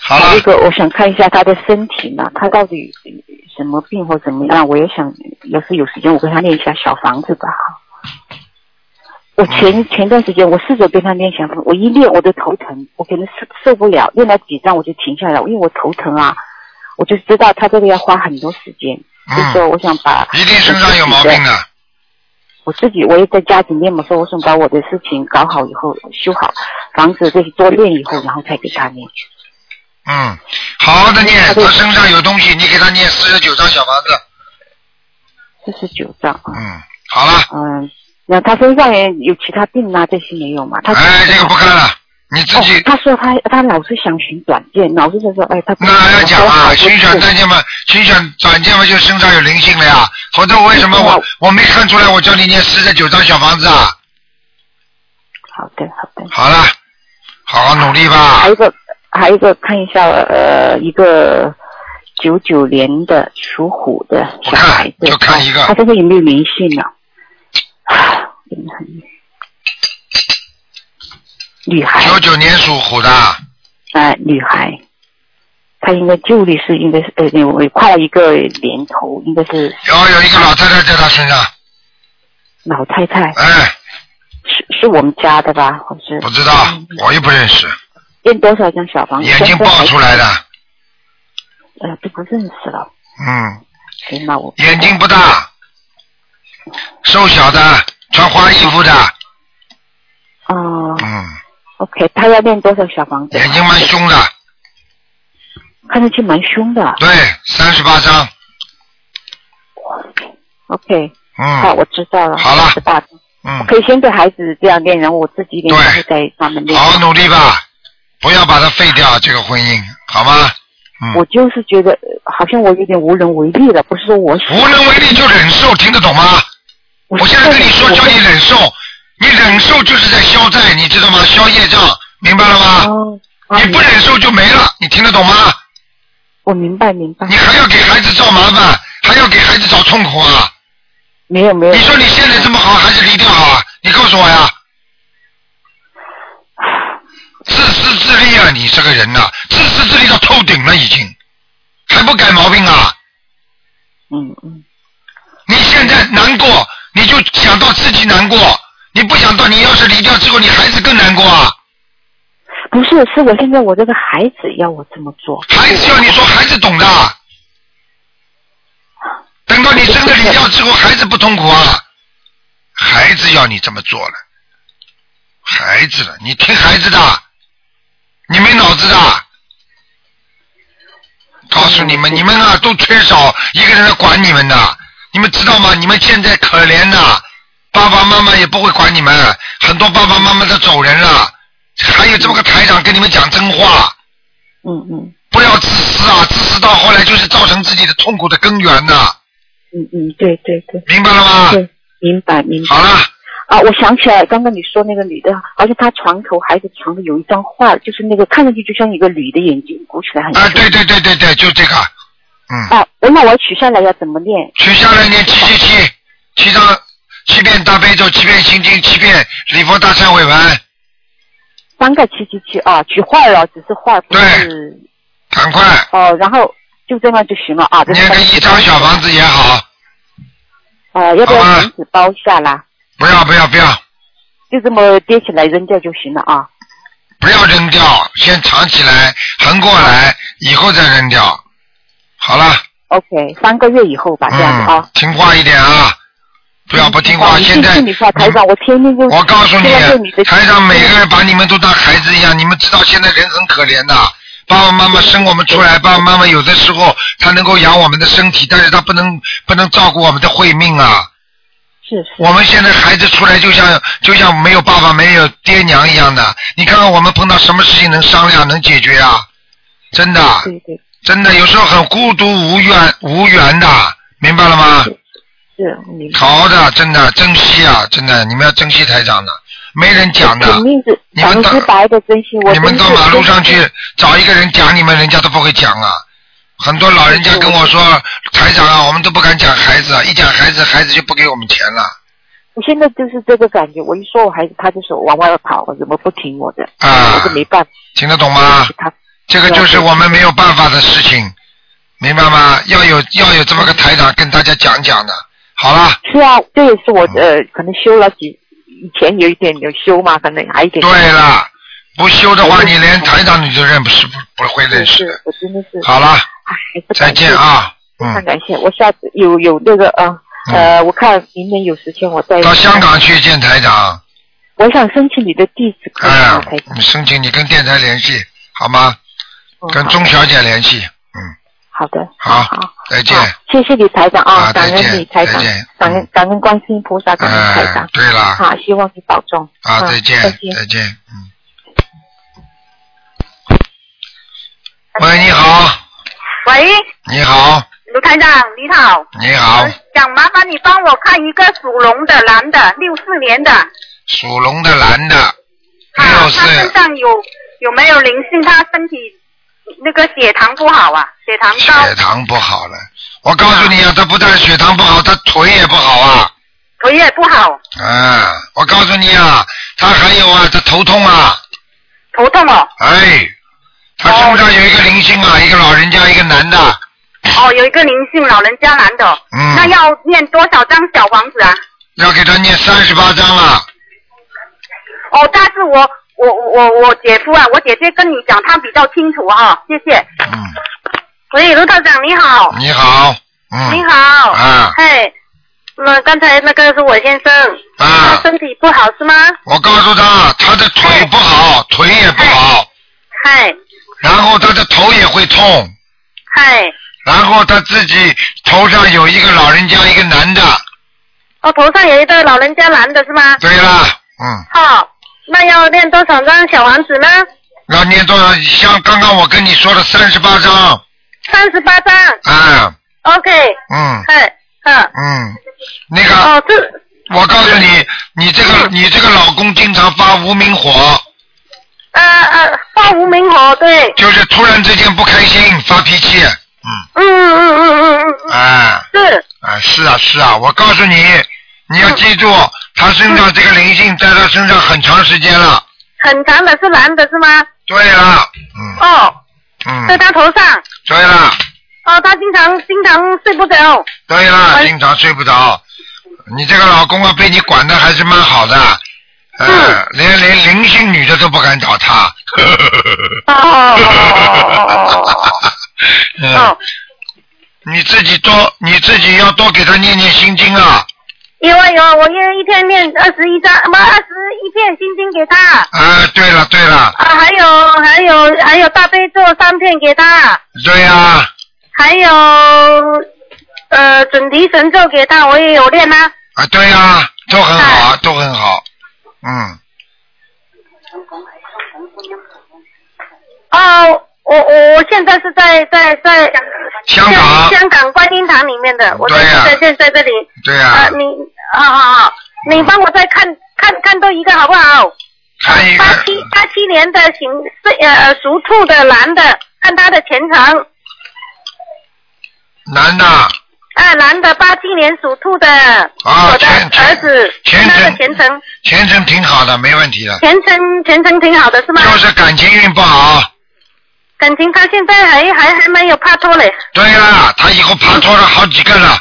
[SPEAKER 12] 好了。那个，我想看一下他的身体呢，他到底什么病或怎么样？我也想，要是有时间，我跟他练一下小房子吧。我前、
[SPEAKER 1] 嗯
[SPEAKER 12] 前段时间，我试着跟他练小房子，我一练我就头疼，我可能受受不了，练了几张我就停下来了，因为我头疼啊，我就知道他这个要花很多时间，所以说我想把
[SPEAKER 1] 嗯一定身上有毛病的。
[SPEAKER 12] 我自己我也在家里面嘛，说我想把我的事情搞好以后修好，房子这些多练以后，然后再给他念。
[SPEAKER 1] 嗯，好好的念，他身上有东西，你给他念四十九张小房子。
[SPEAKER 12] 四十九张。
[SPEAKER 1] 嗯，好了。
[SPEAKER 12] 嗯，那他身上也有其他病啊，这些没有嘛？他哎，
[SPEAKER 1] 这个不看了，你自
[SPEAKER 12] 己。哦他说他他老是想寻短见，老是就说哎他。
[SPEAKER 1] 那要讲啊，寻选短见嘛，寻选短见嘛，就身上有灵性了呀。否则我为什么我我没看出来？我叫你念四十九张小房子啊。
[SPEAKER 12] 好的，好的。
[SPEAKER 1] 好了，好好努力吧。
[SPEAKER 12] 还有一个，还有一个，看一下呃，一个九九年的属虎的小孩子，就看一个，他身上有没有灵性啊呢？真的很 女孩，
[SPEAKER 1] 九九年属虎的，
[SPEAKER 12] 啊、女孩，她应该旧历是应该是呃，我跨了一个年头，应该是
[SPEAKER 1] 有有一个老太太在她身上，
[SPEAKER 12] 老太太，
[SPEAKER 1] 哎，
[SPEAKER 12] 是是我们家的吧？或是
[SPEAKER 1] 不知道，我又不认识，
[SPEAKER 12] 练多少张小房子？
[SPEAKER 1] 眼睛爆出来的，
[SPEAKER 12] 呃，都不认识了。
[SPEAKER 1] 嗯，
[SPEAKER 12] 行，那我
[SPEAKER 1] 眼睛不大，瘦小的，穿花衣服的，
[SPEAKER 12] 哦、
[SPEAKER 1] 嗯
[SPEAKER 12] ，OK，他要练多少小房子？
[SPEAKER 1] 眼睛蛮凶的，
[SPEAKER 12] 看上去蛮凶的。
[SPEAKER 1] 对，三十八张，
[SPEAKER 12] OK，
[SPEAKER 1] 嗯
[SPEAKER 12] 好，我知道了。好了，知道。
[SPEAKER 1] 嗯
[SPEAKER 12] 我可以先给孩子这样练，然后我自己练，然后再慢慢练。
[SPEAKER 1] 好好努力吧，不要把它废掉这个婚姻，好吗？嗯
[SPEAKER 12] 我就是觉得呃好像我有点无能为力了，不是说我
[SPEAKER 1] 无能为力就忍受，听得懂吗？我现在跟你说，叫你忍受，你忍受就是在消债，你知道吗？消业障，明白了吗？
[SPEAKER 12] 哦
[SPEAKER 1] 你不忍受就没了，你听得懂吗？
[SPEAKER 12] 啊我明白明白。
[SPEAKER 1] 你还要给孩子找麻烦，还要给孩子找痛苦啊？
[SPEAKER 12] 没有没有。
[SPEAKER 1] 你说你现在这么好，还是离掉好啊？你告诉我呀。自私自利啊，你这个人呐、自私自利到透顶了，已经还不改毛病啊？
[SPEAKER 12] 嗯嗯。
[SPEAKER 1] 你现在难过，你就想到自己难过，你不想到你要是离掉之后，你孩子更难过啊？
[SPEAKER 12] 不是，是我现在我这个孩子要我这么做。
[SPEAKER 1] 孩子要你说，孩子懂的。等到你真的离掉之后，孩子不痛苦啊？孩子要你这么做了，孩子了，你听孩子的，你没脑子的。告诉你
[SPEAKER 12] 嗯
[SPEAKER 1] 们，你们啊都缺少一个人来管你们的，你们知道吗？你们现在可怜呐，爸爸妈妈也不会管你们，很多爸爸妈妈都走人了，还有这么个台长跟你们讲真话。
[SPEAKER 12] 嗯嗯。
[SPEAKER 1] 不要自私啊！自私到后来就是造成自己的痛苦的根源呐、
[SPEAKER 12] 嗯嗯，对对对。
[SPEAKER 1] 明白了吗？
[SPEAKER 12] 对，明白明白。
[SPEAKER 1] 好了。
[SPEAKER 12] 啊，我想起来，刚刚你说那个女的，而且她床头孩子床头有一张画，就是那个看上去就像一个女的眼睛鼓起来很。
[SPEAKER 1] 啊，对对对对对，就这个。
[SPEAKER 12] 啊，我那我取下来要怎么念？
[SPEAKER 1] 取下来念七七七，七张，七遍大悲咒，七遍心经，七遍礼佛大忏悔文。
[SPEAKER 12] 三个七七七啊，取坏了，只是坏不是。
[SPEAKER 1] 赶快。
[SPEAKER 12] 哦，然后就这样就行了啊。这
[SPEAKER 1] 念个一张小房子也好。
[SPEAKER 12] 啊，要不要名字包下啦？
[SPEAKER 1] 不要不要不要，
[SPEAKER 12] 就这么叠起来扔掉就行了啊。
[SPEAKER 1] 不要扔掉，先藏起来，横过来，以后再扔掉。好了，嗯
[SPEAKER 12] OK，三个月以后吧，这样子啊。
[SPEAKER 1] 听话一点啊，不要不听话。
[SPEAKER 12] 你
[SPEAKER 1] 现
[SPEAKER 12] 谢谢
[SPEAKER 1] 在
[SPEAKER 12] 哦
[SPEAKER 1] 嗯
[SPEAKER 12] 你说，台长，我天天就
[SPEAKER 1] 我告诉
[SPEAKER 12] 天天就
[SPEAKER 1] 你，台上每个人把你们都当孩子一样，你们知道现在人很可怜的，爸爸妈妈生我们出来，爸爸妈妈有的时候他能够养我们的身体，但是他不能不能照顾我们的慧命啊。
[SPEAKER 12] 是。
[SPEAKER 1] 我们现在孩子出来就像就像没有爸爸没有爹娘一样的，你看看我们碰到什么事情能商量能解决啊？真的。
[SPEAKER 12] 对对，
[SPEAKER 1] 真的有时候很孤独无缘无缘的，明白了吗？
[SPEAKER 12] 是明白。
[SPEAKER 1] 好的，真的珍惜啊，真的，你们要珍惜台长的，没人讲的
[SPEAKER 12] 我。命是百分之百的珍惜，我
[SPEAKER 1] 你们到马路上去找一个人讲你们，人家都不会讲啊。很多老人家跟我说，台长啊，我们都不敢讲孩子，啊，一讲孩子，孩子就不给我们钱了。
[SPEAKER 12] 我现在就是这个感觉，我一说我孩子，他就是往外跑，我怎么不听我的？
[SPEAKER 1] 啊，
[SPEAKER 12] 没办法。
[SPEAKER 1] 听得懂吗？这个就是我们没有办法的事情，明白吗？要有要有这么个台长跟大家讲讲的。好了，嗯
[SPEAKER 12] 是啊，这也是我呃，可能修了几，以前有一点有修嘛，可能还有一点。
[SPEAKER 1] 对了，不修的话，你连台长你都认不识，不不会认识的。
[SPEAKER 12] 我真的是。
[SPEAKER 1] 好了，
[SPEAKER 12] 再
[SPEAKER 1] 见啊！嗯，
[SPEAKER 12] 感谢我下次有有那个啊呃，我看明年有时间我再
[SPEAKER 1] 到香港去见台长，
[SPEAKER 12] 我想申请你的地址，可以
[SPEAKER 1] 嗯
[SPEAKER 12] 吗？啊台长
[SPEAKER 1] 你申请你跟电台联系好吗？
[SPEAKER 12] 嗯
[SPEAKER 1] 跟
[SPEAKER 12] 好
[SPEAKER 1] 钟小姐联系。
[SPEAKER 12] 好的，
[SPEAKER 1] 好，再见。
[SPEAKER 12] 谢谢你台长啊，
[SPEAKER 1] 啊
[SPEAKER 12] 感
[SPEAKER 1] 再
[SPEAKER 12] 恩
[SPEAKER 1] 见
[SPEAKER 12] 你台长
[SPEAKER 1] 再见，嗯
[SPEAKER 12] 感恩感恩观世音菩萨，感恩台长
[SPEAKER 1] 哎，，对了，
[SPEAKER 12] 好，希望你保重
[SPEAKER 1] 啊，再见
[SPEAKER 12] 再见，
[SPEAKER 1] 再见，嗯。喂，你好，
[SPEAKER 13] 喂，
[SPEAKER 1] 你好，
[SPEAKER 13] 卢台长，你好，
[SPEAKER 1] 你好，
[SPEAKER 13] 想麻烦你帮我看一个属龙的男的，六四年的，
[SPEAKER 1] 属龙的男的，
[SPEAKER 12] 啊
[SPEAKER 13] 他身上有有没有灵性？他身体那个血糖不好啊，血糖高，
[SPEAKER 1] 血糖不好了。我告诉你啊，他不但血糖不好，他腿也不好啊。
[SPEAKER 13] 腿也不好，
[SPEAKER 1] 啊，我告诉你啊，他还有啊，他头痛啊。
[SPEAKER 13] 头痛哦。
[SPEAKER 1] 哎，他身上有一个灵性啊，一个老人家，一个男的。
[SPEAKER 13] 哦，有一个灵性老人家男的，
[SPEAKER 1] 嗯
[SPEAKER 13] 那要念多少张小房子啊？
[SPEAKER 1] 要给他念三十八章啊了。
[SPEAKER 13] 哦，但是我我我我姐夫啊，我姐姐跟你讲，她比较清楚哈、
[SPEAKER 12] 啊
[SPEAKER 13] 谢谢。
[SPEAKER 1] 嗯。
[SPEAKER 13] 喂，卢道长你好。
[SPEAKER 1] 你好，嗯。
[SPEAKER 13] 你好。
[SPEAKER 1] 啊
[SPEAKER 13] 嘿，那刚才那个是我先生。
[SPEAKER 1] 啊。
[SPEAKER 13] 他身体不好是吗？
[SPEAKER 1] 我告诉他，他的腿不好，腿也不好，
[SPEAKER 13] 嗨
[SPEAKER 1] 然后他的头也会痛，
[SPEAKER 13] 嗨，
[SPEAKER 1] 然后他自己头上有一个老人家，一个男的。
[SPEAKER 13] 哦，头上有一个老人家男的是吗？
[SPEAKER 1] 对啦，嗯，
[SPEAKER 13] 好、那要练多少张小王子呢？
[SPEAKER 1] 要念多少？像刚刚我跟你说的三十八章，
[SPEAKER 13] 三十八张。
[SPEAKER 1] 啊，
[SPEAKER 13] OK。
[SPEAKER 1] 嗯
[SPEAKER 13] 嗨，嗯。
[SPEAKER 1] 嗯，那个，
[SPEAKER 13] 哦，这
[SPEAKER 1] 我告诉你，你这
[SPEAKER 13] 嗯
[SPEAKER 1] 个你这个老公经常发无名火，
[SPEAKER 13] 呃呃，发无名火，对。
[SPEAKER 1] 就是突然之间不开心，发脾气，
[SPEAKER 13] 嗯嗯嗯嗯嗯，
[SPEAKER 1] 啊，
[SPEAKER 13] 是嗯
[SPEAKER 1] 啊，是啊是啊，我告诉你，你要记住，他身上这个灵性在他身上很长时间了，
[SPEAKER 13] 很长的是男的是吗？
[SPEAKER 1] 对了，
[SPEAKER 13] 哦，在
[SPEAKER 1] 嗯，
[SPEAKER 13] 他头上。
[SPEAKER 1] 对了，
[SPEAKER 13] 哦，他经常经常睡不着。
[SPEAKER 1] 对
[SPEAKER 13] 哎
[SPEAKER 1] 了，经常睡不着，你这个老公啊，被你管的还是蛮好的。嗯，连连灵性女的都不敢找他。 嗯，你自己多，你自己要多给他念念心经啊。
[SPEAKER 13] 有啊有啊，我一一天念二十一张，不二十一片心经给他。
[SPEAKER 1] 啊，对了对了，
[SPEAKER 13] 啊，还有还有还有大悲咒三片给他，
[SPEAKER 1] 对呀、
[SPEAKER 13] 还有呃准提神咒给他，我也有练啊。
[SPEAKER 1] 啊，对呀、都很好啊，都很好。嗯，
[SPEAKER 13] 啊，我我我现在是在在在
[SPEAKER 1] 香
[SPEAKER 13] 港香港观音堂里面的，我
[SPEAKER 1] 对呀
[SPEAKER 13] 在现在这里
[SPEAKER 1] 对
[SPEAKER 13] 啊、
[SPEAKER 1] 呀，
[SPEAKER 13] 你好好好，你帮我再看看看多一个好不好？
[SPEAKER 1] 看一
[SPEAKER 13] 八七八七年的行是呃属兔的男的，看他的前程。
[SPEAKER 1] 男的
[SPEAKER 13] 啊，男的八七年属兔的，
[SPEAKER 1] 啊
[SPEAKER 13] 我的儿子，看他的前程，
[SPEAKER 1] 前程挺好的，没问题的，
[SPEAKER 13] 前程前程挺好的是吗？
[SPEAKER 1] 就是感情运不好。
[SPEAKER 13] 感情他现在还还还没有帕托嘞，
[SPEAKER 1] 对啦，他以后爬错了好几个了。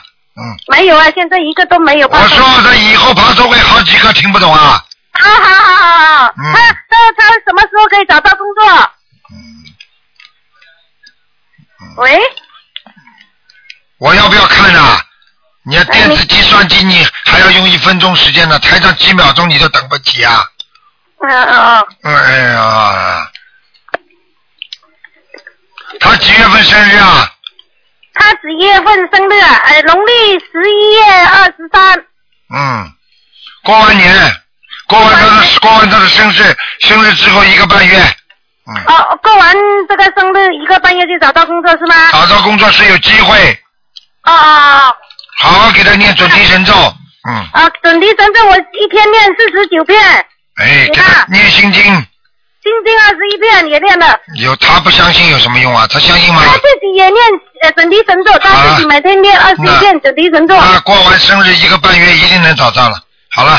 [SPEAKER 13] 没有啊，现在一个都没有帕托。
[SPEAKER 1] 说的以后爬错会好几个，听不懂啊？
[SPEAKER 13] 好好好好
[SPEAKER 1] 嗯
[SPEAKER 13] 好，他他他什么时候可以找到工作？喂，
[SPEAKER 1] 我要不要看啊？你的电子计算机你还要用一分钟时间呢，台上几秒钟你都等不及啊！
[SPEAKER 13] 嗯嗯嗯，
[SPEAKER 1] 哎呀，他几月份生日啊？
[SPEAKER 13] 他几月份生的？哎，农历十一月二十三。
[SPEAKER 1] 嗯，过完年，过完啊他的过完他的生日，生日之后一个半月，
[SPEAKER 13] 哦，过完这个生日一个半月就找到工作是吗？
[SPEAKER 1] 找到工作是有机会，
[SPEAKER 13] 哦哦
[SPEAKER 1] 好好给他念准提神咒。嗯，
[SPEAKER 13] 哦，哦，准提神咒我一天念四十九遍，啊
[SPEAKER 1] 哎，给他念心经，嗯
[SPEAKER 13] 心经二十一遍也念了，
[SPEAKER 1] 有他不相信有什么用啊？他相信吗？
[SPEAKER 13] 他自己也念呃准提神咒，他
[SPEAKER 1] 嗯
[SPEAKER 13] 自己每天念二十一遍准提神咒。
[SPEAKER 1] 那过完生日一个半月一定能找到了。好了，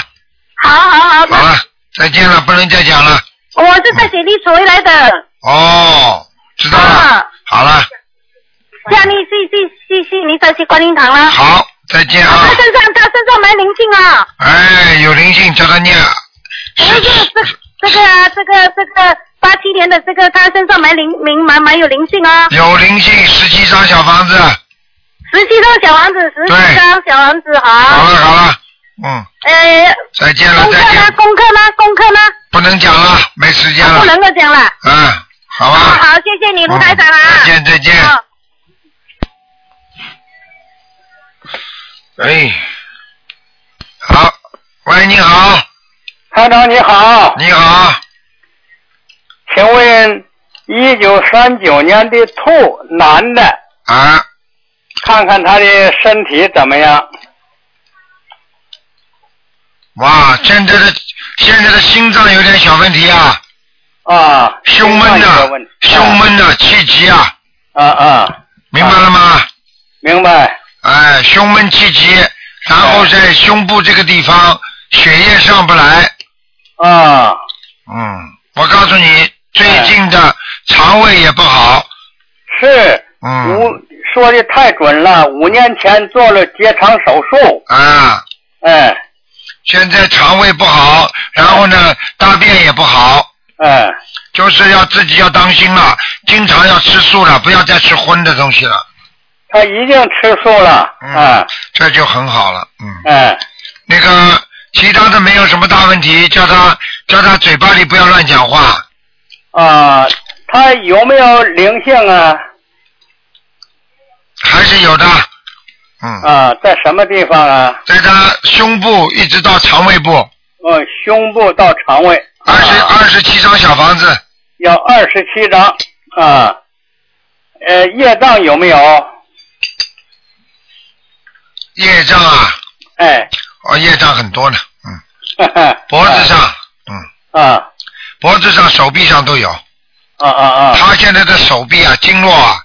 [SPEAKER 13] 好好好，
[SPEAKER 1] 好啊了，再见了，不能再讲了。
[SPEAKER 13] 我哦是在雪地回来的，哦
[SPEAKER 1] 哦，知道了。好了，
[SPEAKER 13] 下面去去去去，你再去观音堂啦。
[SPEAKER 1] 好，再见啊！
[SPEAKER 13] 他身上他身上没灵性啊，
[SPEAKER 1] 哎，有灵性叫他念，
[SPEAKER 13] 不是这这个啊这个这个八七年的这个他身上没灵灵蛮蛮有灵性啊。
[SPEAKER 1] 有灵性，十七张小房子。
[SPEAKER 13] 十七张小王子，十七张小王子，好。好
[SPEAKER 1] 了好了，嗯。
[SPEAKER 13] 呃，
[SPEAKER 1] 再见了，
[SPEAKER 13] 功课
[SPEAKER 1] 再见，
[SPEAKER 13] 呢？功课呢？功课呢？啊
[SPEAKER 1] 不能讲了，没时间了。
[SPEAKER 13] 不能够讲了。
[SPEAKER 1] 嗯，好吧。
[SPEAKER 13] 好，谢谢你，卢台长啊。
[SPEAKER 1] 再见嗯再见。哎，好，喂，你好，
[SPEAKER 14] 台长你好，
[SPEAKER 1] 你好，
[SPEAKER 14] 请问一九三九年的兔男的
[SPEAKER 1] 啊，
[SPEAKER 14] 看看他的身体怎么样？
[SPEAKER 1] 哇，现在的现在的心脏有点小问题啊，
[SPEAKER 14] 啊，
[SPEAKER 1] 胸闷呐，胸闷呐，气急啊，
[SPEAKER 14] 啊啊，
[SPEAKER 1] 明白了吗？
[SPEAKER 14] 明白。
[SPEAKER 1] 哎，胸闷气急，然后在胸部这个地方血液上不来。
[SPEAKER 14] 啊。
[SPEAKER 1] 嗯，我告诉你，最近的肠胃也不好。
[SPEAKER 14] 是，
[SPEAKER 1] 嗯，
[SPEAKER 14] 五说的太准了，五年前做了结肠手术。
[SPEAKER 1] 啊。
[SPEAKER 14] 哎。
[SPEAKER 1] 现在肠胃不好，然后呢，大便也不好。
[SPEAKER 14] 嗯。
[SPEAKER 1] 就是要自己要当心了，经常要吃素了，不要再吃荤的东西了。
[SPEAKER 14] 他已经吃素了。
[SPEAKER 1] 嗯，这就很好了。嗯。
[SPEAKER 14] 嗯。
[SPEAKER 1] 那个其他的没有什么大问题，叫他叫他嘴巴里不要乱讲话。
[SPEAKER 14] 啊，他有没有灵性啊？
[SPEAKER 1] 还是有的。嗯。
[SPEAKER 14] 啊，在什么地方啊？
[SPEAKER 1] 在他胸部一直到肠胃部。
[SPEAKER 14] 呃，胸部到肠胃。啊
[SPEAKER 1] 二十二十七张小房子。
[SPEAKER 14] 要二十七张啊。呃，业障有没有？
[SPEAKER 1] 业障啊。
[SPEAKER 14] 哎。
[SPEAKER 1] 哦，业障很多呢，
[SPEAKER 14] 嗯。
[SPEAKER 1] 脖子上，
[SPEAKER 14] 嗯。啊。
[SPEAKER 1] 脖子上、手臂上都有。
[SPEAKER 14] 啊啊啊！
[SPEAKER 1] 他现在的手臂啊，经络啊，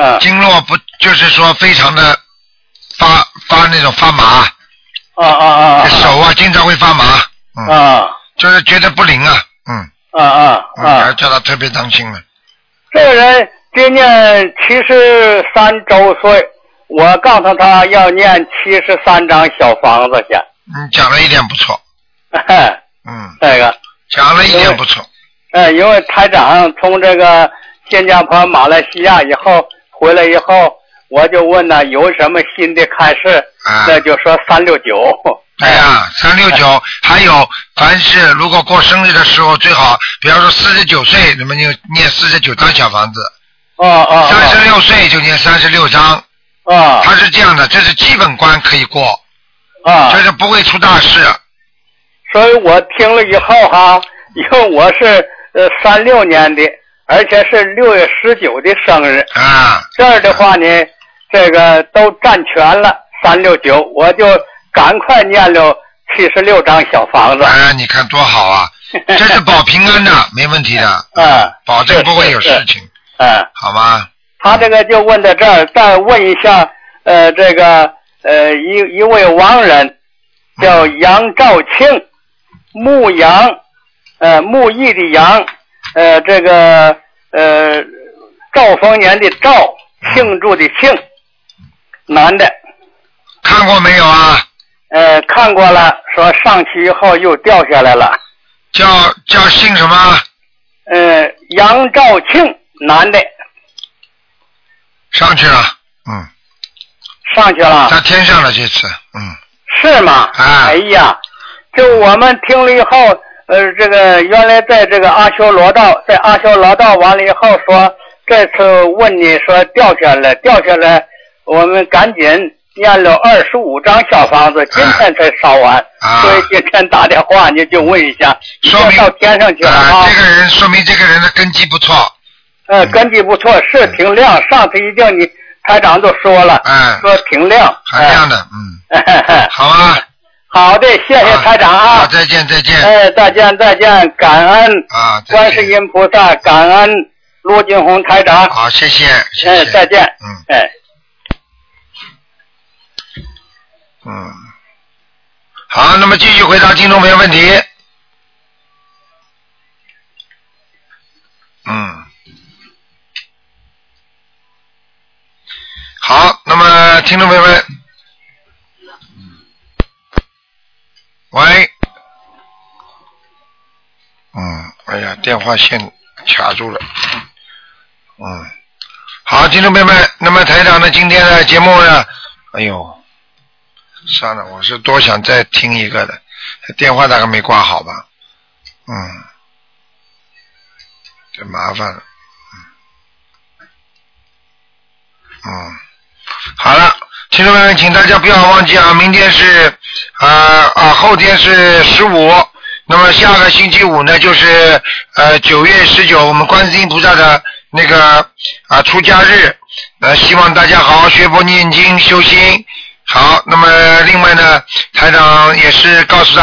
[SPEAKER 14] 嗯，
[SPEAKER 1] 经络不就是说非常的发发那种发麻，
[SPEAKER 14] 啊啊啊！
[SPEAKER 1] 手啊经常会发麻，嗯，
[SPEAKER 14] 啊，
[SPEAKER 1] 就是觉得不灵啊，嗯，
[SPEAKER 14] 啊啊
[SPEAKER 1] 嗯，还叫他特别当心了，
[SPEAKER 14] 这个人今年七十三周岁，我告诉他要念七十三张小房子去。
[SPEAKER 1] 你嗯讲了一点不错，嗯，
[SPEAKER 14] 这个
[SPEAKER 1] 讲了一点不错，
[SPEAKER 14] 呃，因为台长从这个新加坡、马来西亚以后回来以后，我就问他有什么新的开示，
[SPEAKER 1] 啊
[SPEAKER 14] 那就说三六九。
[SPEAKER 1] 对哎呀，三六九，还有凡是如果过生日的时候，最好，比方说四十九岁，那么就念四十九张小房子，
[SPEAKER 14] 哦
[SPEAKER 9] 啊
[SPEAKER 14] 哦，
[SPEAKER 1] 三十六岁就念三十六章。
[SPEAKER 14] 啊，
[SPEAKER 1] 他是这样的，这是基本关可以过。
[SPEAKER 14] 啊，
[SPEAKER 1] 就是不会出大事。
[SPEAKER 14] 所以我听了以后哈、 因为我是呃三六年的，而且是六月十九的生日
[SPEAKER 1] 啊，
[SPEAKER 14] 这样的话呢，这个都占全了三六九，我就赶快念了七十六张小房子。
[SPEAKER 1] 哎，你看多好啊！这 是保平安的，没问题的，
[SPEAKER 14] 嗯，
[SPEAKER 1] 保证不会有
[SPEAKER 14] 是是
[SPEAKER 1] 事情，
[SPEAKER 14] 嗯，
[SPEAKER 1] 好吗？
[SPEAKER 14] 他这个就问到这儿，再问一下，呃，这个呃一一位亡人叫杨兆庆，牧羊，呃牧役的羊，呃这个呃兆丰年的兆，庆祝的庆，男的。
[SPEAKER 1] 看过没有啊？
[SPEAKER 14] 呃，看过了，说上去以后又掉下来了。
[SPEAKER 1] 叫叫姓什么？
[SPEAKER 14] 呃，杨兆庆，男的。
[SPEAKER 1] 上去了，嗯，
[SPEAKER 14] 上去了。
[SPEAKER 1] 在天上了啊这次，嗯，
[SPEAKER 14] 是吗？哎呀，就我们听了以后，呃，这个原来在这个阿修罗道，在阿修罗道完了以后说，这次问你说掉下来，掉下来，我们赶紧念了二十五张小房
[SPEAKER 1] 啊
[SPEAKER 14] 子，今天才烧完，所以今天打电话你就问一下，已经到天上去了啊。
[SPEAKER 1] 这个人说明这个人的根基不错，嗯
[SPEAKER 14] 呃，根基不错，是挺亮。上次一叫你台长都说了，
[SPEAKER 1] 嗯
[SPEAKER 14] 说挺亮，
[SPEAKER 1] 含量的，嗯，
[SPEAKER 14] 哎
[SPEAKER 1] 好啊。
[SPEAKER 14] 好的，谢谢台长啊！
[SPEAKER 1] 好再见，再见。
[SPEAKER 14] 哎，再见，再见，感恩
[SPEAKER 1] 啊，再见
[SPEAKER 14] 观世音菩萨，感恩陆金红台长。
[SPEAKER 1] 好，谢谢，谢
[SPEAKER 14] 哎，
[SPEAKER 1] 谢，
[SPEAKER 14] 再见。
[SPEAKER 1] 嗯
[SPEAKER 14] 哎，
[SPEAKER 1] 嗯，好，那么继续回答听众朋友问题。嗯，好，那么听众朋友们，喂，嗯，哎呀，电话线卡住了，嗯，好，听众朋友们，那么台长呢，今天的节目呢，哎呦，算了，我是多想再听一个的，电话大概没挂好吧，嗯，这麻烦了，嗯，嗯，好了，听众朋友们，请大家不要忘记啊，明天是啊啊、后天是十五，那么下个星期五呢，就是呃九月十九，我们观世音菩萨的那个啊、出家日，呃，希望大家好好学佛念经修心。好，那么另外呢，台长也是告诉大家。